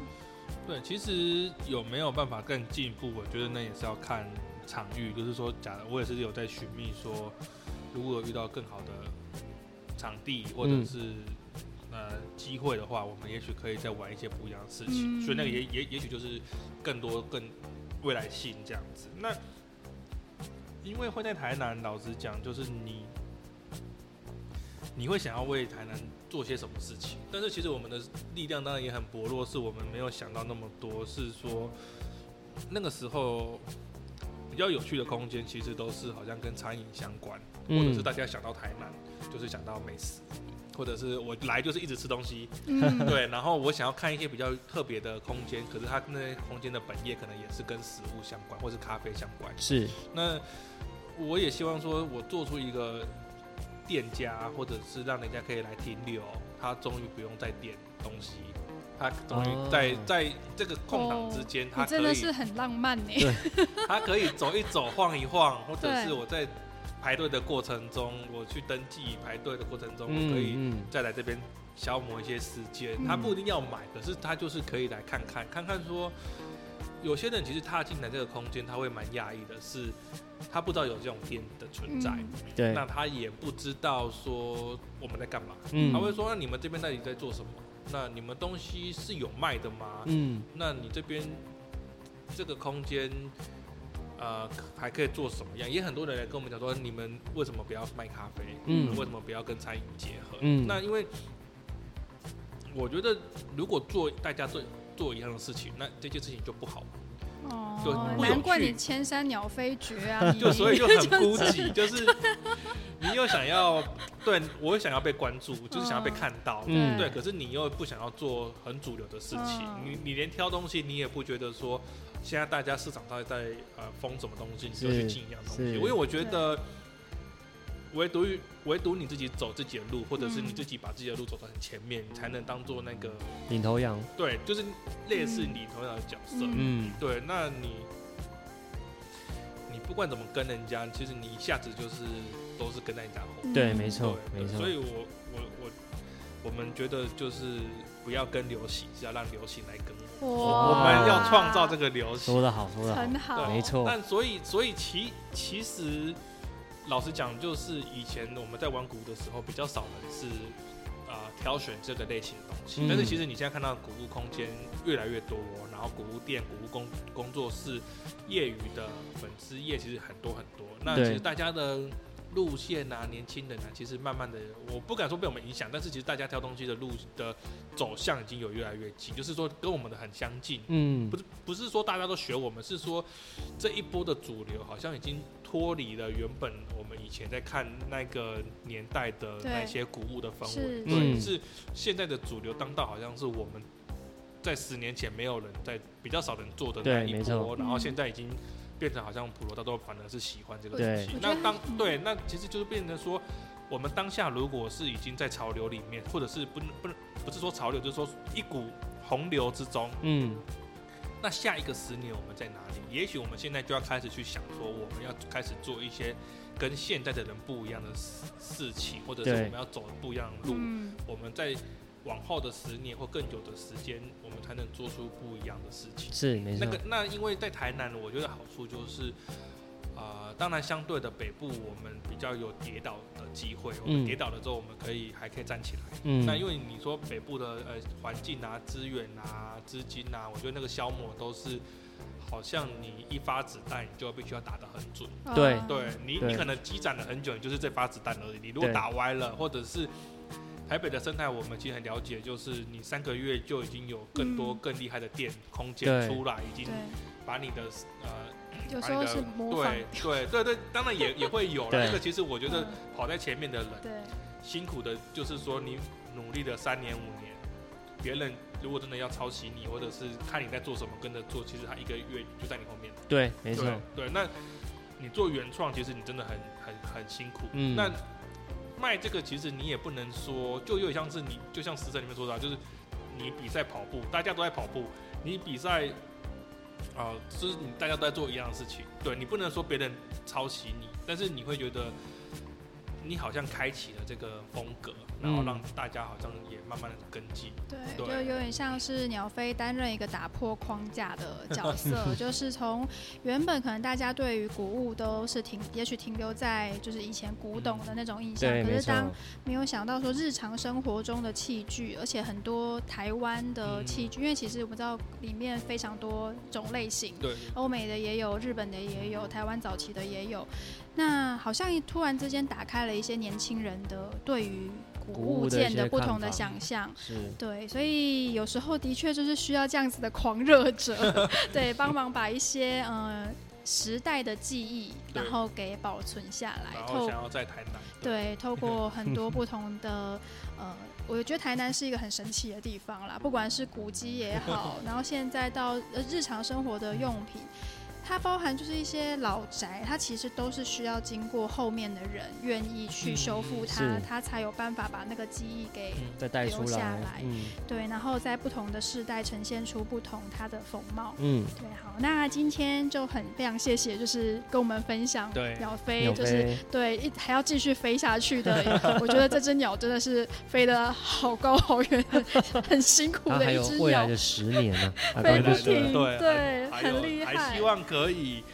[SPEAKER 3] 对，其实有没有办法更进一步，我觉得那也是要看场域。就是说，假如我也是有在寻觅说，如果有遇到更好的场地或者
[SPEAKER 2] 嗯
[SPEAKER 3] 是、呃机会的话，我们也许可以再玩一些不一样的事情。
[SPEAKER 1] 嗯
[SPEAKER 3] 所以那个也也也许就是更多更未来性这样子。那因为会在台南，老实讲，就是你你会想要为台南做些什么事情？但是其实我们的力量当然也很薄弱，是我们没有想到那么多。是说那个时候比较有趣的空间，其实都是好像跟餐饮相关，或者是大家想到台南就是想到美食，或者是我来就是一直吃东西，
[SPEAKER 1] 嗯，
[SPEAKER 3] 对。然后我想要看一些比较特别的空间，可是它那些空间的本业可能也是跟食物相关，或是咖啡相关。
[SPEAKER 2] 是
[SPEAKER 3] 那我也希望说，我做出一个店家，或者是让人家可以来停留，他终于不用再点东西，他终于在、
[SPEAKER 2] 哦
[SPEAKER 3] 在这个空档之间，
[SPEAKER 1] 哦你
[SPEAKER 3] 他
[SPEAKER 1] 真
[SPEAKER 3] 可
[SPEAKER 1] 的
[SPEAKER 3] 以
[SPEAKER 1] 是很浪漫呢、
[SPEAKER 3] 他可以走一走、晃一晃，或者
[SPEAKER 1] 对
[SPEAKER 3] 是我在排队的过程中，我去登记排队的过程中，我可以
[SPEAKER 2] 嗯
[SPEAKER 3] 再来这边消磨一些时间
[SPEAKER 1] 嗯。
[SPEAKER 3] 他不一定要买，可是他就是可以来看看，看看说，有些人其实踏进来这个空间，他会蛮讶异的是，他不知道有这种店的存在，
[SPEAKER 2] 嗯对
[SPEAKER 3] 那他也不知道说我们在干嘛，
[SPEAKER 2] 嗯
[SPEAKER 3] 他会说那啊你们这边到底在做什么？那你们东西是有卖的吗？
[SPEAKER 2] 嗯
[SPEAKER 3] 那你这边这个空间呃还可以做什么样。也很多人来跟我们讲说，你们为什么不要卖咖啡？
[SPEAKER 2] 嗯
[SPEAKER 3] 为什么不要跟餐饮结合？
[SPEAKER 2] 嗯
[SPEAKER 3] 那因为我觉得如果做大家做做一样的事情，那这件事情就不好，就
[SPEAKER 1] 哦，
[SPEAKER 3] 不有
[SPEAKER 1] 难怪
[SPEAKER 3] 趣
[SPEAKER 1] 你千山鸟飞绝啊！你
[SPEAKER 3] 就 所以就很孤寂，就是你又想要对我又想要被关注，就是想要被看到，
[SPEAKER 2] 嗯
[SPEAKER 3] 对，可是你又不想要做很主流的事情，
[SPEAKER 1] 嗯
[SPEAKER 3] 你你连挑东西你也不觉得说，现在大家市场上在呃封什么东西，你就是去进一样东西。
[SPEAKER 2] 是
[SPEAKER 3] 因为我觉得，唯独于唯独你自己走自己的路，或者是
[SPEAKER 1] 嗯
[SPEAKER 3] 你自己把自己的路走到很前面，你才能当做那个
[SPEAKER 2] 领头羊，
[SPEAKER 3] 对，就是类似你同样的角色。
[SPEAKER 1] 嗯
[SPEAKER 2] 嗯，
[SPEAKER 3] 对，那你你不管怎么跟人家，其实你一下子就是都是跟在人家后
[SPEAKER 1] 嗯
[SPEAKER 3] 面。
[SPEAKER 2] 对，没错，
[SPEAKER 3] 对，
[SPEAKER 2] 没错
[SPEAKER 3] 所，以我我我我们觉得就是不要跟流行，是要让流行来跟我们，
[SPEAKER 1] 哇
[SPEAKER 3] 我们要创造这
[SPEAKER 1] 个
[SPEAKER 3] 个流行。
[SPEAKER 2] 说的好，说的好，
[SPEAKER 1] 很好，
[SPEAKER 2] 没错，
[SPEAKER 3] 但所以所以其其实老实讲，就是以前我们在玩鼓的时候，比较少人是。啊、挑选这个类型的东西，
[SPEAKER 2] 嗯
[SPEAKER 3] 但是其实你现在看到鼓屋空间越来越多，然后鼓屋店、鼓屋工工作室、业余的粉丝业其实很多很多。那其
[SPEAKER 2] 对
[SPEAKER 3] 实大家的路线啊，年轻人啊，其实慢慢的，我不敢说被我们影响，但是其实大家挑东西的路的走向已经有越来越近，就是说跟我们的很相近，
[SPEAKER 2] 嗯
[SPEAKER 3] 不，是不是说大家都学我们，是说这一波的主流好像已经脱离了原本我们以前在看那个年代的
[SPEAKER 1] 对
[SPEAKER 3] 那些古物的氛围，
[SPEAKER 1] 是
[SPEAKER 3] 对，
[SPEAKER 2] 嗯
[SPEAKER 3] 是现在的主流当道好像是我们在十年前没有人在比较少人做的那
[SPEAKER 2] 对
[SPEAKER 3] 一
[SPEAKER 2] 没错
[SPEAKER 3] 波，然后
[SPEAKER 1] 嗯
[SPEAKER 3] 现在已经变成好像普罗大众反而是喜欢这个
[SPEAKER 2] 对
[SPEAKER 3] 东西
[SPEAKER 1] 我，觉
[SPEAKER 3] 那
[SPEAKER 1] 得
[SPEAKER 3] 当
[SPEAKER 1] 嗯
[SPEAKER 3] 对那其实就是变成说。我们当下如果是已经在潮流里面，或者是不不不是说潮流，就是说一股洪流之中，
[SPEAKER 2] 嗯，
[SPEAKER 3] 那下一个十年我们在哪里？也许我们现在就要开始去想说，我们要开始做一些跟现在的人不一样的事事情，或者是
[SPEAKER 2] 对
[SPEAKER 3] 我们要走不一样的路。
[SPEAKER 1] 嗯，
[SPEAKER 3] 我们在往后的十年或更久的时间，我们才能做出不一样的事情。
[SPEAKER 2] 是没
[SPEAKER 3] 那
[SPEAKER 2] 错
[SPEAKER 3] 个，那因为在台南，我觉得好处就是，呃，当然相对的北部，我们比较有跌倒的机会。我们
[SPEAKER 2] 嗯
[SPEAKER 3] 跌倒了之后，我们可以还可以站起来。
[SPEAKER 2] 嗯，
[SPEAKER 3] 那因为你说北部的呃环境啊、资源啊、资金啊，我觉得那个消磨都是好像你一发子弹你就必须要打得很准。
[SPEAKER 2] 对
[SPEAKER 1] 啊
[SPEAKER 3] 对你，
[SPEAKER 2] 对
[SPEAKER 3] 你可能积攒了很久，你就是这发子弹而已。你如果
[SPEAKER 2] 对
[SPEAKER 3] 打歪了，或者是台北的生态，我们其实很了解，就是你三个月就已经有更多
[SPEAKER 1] 嗯
[SPEAKER 3] 更厉害的店空间
[SPEAKER 2] 对
[SPEAKER 3] 出来，已经
[SPEAKER 1] 对，
[SPEAKER 3] 把你的呃
[SPEAKER 1] 有时
[SPEAKER 3] 把
[SPEAKER 1] 候
[SPEAKER 3] 你
[SPEAKER 1] 是
[SPEAKER 3] 的
[SPEAKER 1] 模仿
[SPEAKER 3] 对，对对对，当然也也会有了。
[SPEAKER 2] 对
[SPEAKER 3] 这个其实我觉得
[SPEAKER 1] 嗯
[SPEAKER 3] 跑在前面的人。
[SPEAKER 1] 对，
[SPEAKER 3] 辛苦的，就是说你努力了三年五年，别人如果真的要抄袭你，或者是看你在做什么跟着做，其实他一个月就在你后面。
[SPEAKER 2] 对，没错，
[SPEAKER 3] 对对，那你做原创，其实你真的很很很辛苦。
[SPEAKER 2] 嗯
[SPEAKER 3] 那卖这个，其实你也不能说，就有点像是你，就像《食神》里面说的啊、就是你比赛跑步，大家都在跑步，你比赛。啊、就是你大家都在做一样的事情，对你不能说别人抄袭你，但是你会觉得你好像开启了这个风格，然后
[SPEAKER 2] 嗯
[SPEAKER 3] 让大家好像也慢慢的跟进。
[SPEAKER 1] 对，
[SPEAKER 3] 对
[SPEAKER 1] 就有点像是鸟飞担任一个打破框架的角 色，就是从原本可能大家对于古物都是停，也许停留在就是以前古董的那种印
[SPEAKER 2] 嗯
[SPEAKER 1] 象，
[SPEAKER 2] 对，
[SPEAKER 1] 可
[SPEAKER 2] 没
[SPEAKER 1] 是
[SPEAKER 2] 错，
[SPEAKER 1] 当没有想到说日常生活中的器具，而且很多台湾
[SPEAKER 3] 嗯
[SPEAKER 1] 的器具，因为其实我们知道里面非常多种类型，
[SPEAKER 3] 对，
[SPEAKER 1] 欧美的也有，日本的也有，台湾早期的也有。那好像突然之间打开了一些年轻人的对于
[SPEAKER 2] 古
[SPEAKER 1] 古
[SPEAKER 2] 物
[SPEAKER 1] 物
[SPEAKER 2] 的一
[SPEAKER 1] 件
[SPEAKER 2] 些
[SPEAKER 1] 的不
[SPEAKER 2] 看
[SPEAKER 1] 同的
[SPEAKER 2] 法
[SPEAKER 1] 想象。
[SPEAKER 2] 是，
[SPEAKER 1] 对，所以有时候的确就是需要这样子的狂热 者，对，帮忙把一些呃时代的记忆，
[SPEAKER 3] 对
[SPEAKER 1] 然后给保存下来，
[SPEAKER 3] 然
[SPEAKER 1] 透
[SPEAKER 3] 后想要在台南，
[SPEAKER 1] 对，透过很多不同的呃，我觉得台南是一个很神奇的地方啦，不管是古迹也好，然后现在到呃日常生活的用品。它包含就是一些老宅，它其实都是需要经过后面的人愿意去修复它，
[SPEAKER 2] 是
[SPEAKER 1] 它才有办法把那个记忆给
[SPEAKER 2] 再带出
[SPEAKER 1] 留下
[SPEAKER 2] 来
[SPEAKER 1] 来，
[SPEAKER 2] 嗯
[SPEAKER 1] 对，然后在不同的世代呈现出不同它的风貌。
[SPEAKER 2] 嗯，
[SPEAKER 1] 对，好，那今天就很非常谢谢，就是跟我们分享
[SPEAKER 3] 对
[SPEAKER 1] 鸟飞，
[SPEAKER 2] 纽
[SPEAKER 1] 哎就是
[SPEAKER 2] 飞，
[SPEAKER 1] 对一还要继续飞下 去的。我觉得这只鸟真的是飞得好高好远，很很辛苦
[SPEAKER 2] 它还
[SPEAKER 1] 的一
[SPEAKER 2] 有
[SPEAKER 1] 只
[SPEAKER 2] 未来
[SPEAKER 1] 鸟，
[SPEAKER 2] 的十年呢，啊 刚刚
[SPEAKER 1] 飞不
[SPEAKER 3] 对
[SPEAKER 2] 就说
[SPEAKER 1] 停，
[SPEAKER 2] 了，
[SPEAKER 3] 对
[SPEAKER 1] 对，
[SPEAKER 3] 还有
[SPEAKER 1] 很厉
[SPEAKER 3] 还
[SPEAKER 1] 害
[SPEAKER 3] 希。望可以，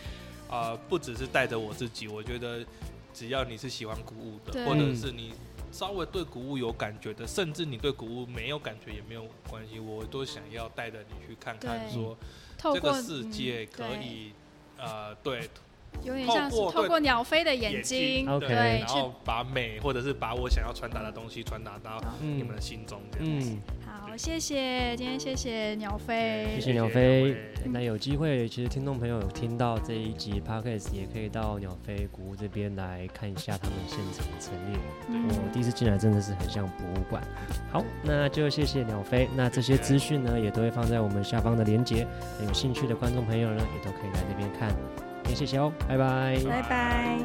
[SPEAKER 3] 呃，不只是带着我自己，我觉得只要你是喜欢古物
[SPEAKER 1] 对
[SPEAKER 3] 的，或
[SPEAKER 2] 嗯
[SPEAKER 3] 者是你稍微对古物有感觉的，甚至你对古物没有感觉也没有关系，我都想要带着你去看看
[SPEAKER 1] 对
[SPEAKER 3] 说
[SPEAKER 1] 透
[SPEAKER 3] 这
[SPEAKER 1] 过
[SPEAKER 3] 个世界可
[SPEAKER 1] 嗯对
[SPEAKER 3] 以呃，对，
[SPEAKER 1] 嗯有点像是
[SPEAKER 3] 透过
[SPEAKER 1] 透过鸟飞的眼
[SPEAKER 3] 眼睛
[SPEAKER 1] 睛，
[SPEAKER 2] OK
[SPEAKER 1] 对，
[SPEAKER 3] 然
[SPEAKER 1] 去
[SPEAKER 3] 后把美或者是把我想要传达的东西传达到
[SPEAKER 2] 嗯
[SPEAKER 3] 你们的心中，这样子。
[SPEAKER 2] 嗯，
[SPEAKER 4] 好
[SPEAKER 1] 好，谢谢，今天谢谢鸟飞
[SPEAKER 2] 谢
[SPEAKER 3] 谢，
[SPEAKER 2] 谢
[SPEAKER 3] 谢
[SPEAKER 2] 鸟
[SPEAKER 3] 鸟
[SPEAKER 2] 飞
[SPEAKER 3] 飞。
[SPEAKER 2] 那有机会，其实听众朋友有听到这一集 podcast，也可以到鸟飞古屋这边来看一下他们现场的陈列。
[SPEAKER 1] 嗯
[SPEAKER 2] 我第一次进来真的是很像博物馆。好，那就谢谢鸟飞。那这些资讯呢，也都会放在我们下方的连接。有兴趣的观众朋友呢，也都可以来这边看。也谢谢哦，拜拜。
[SPEAKER 4] 拜拜。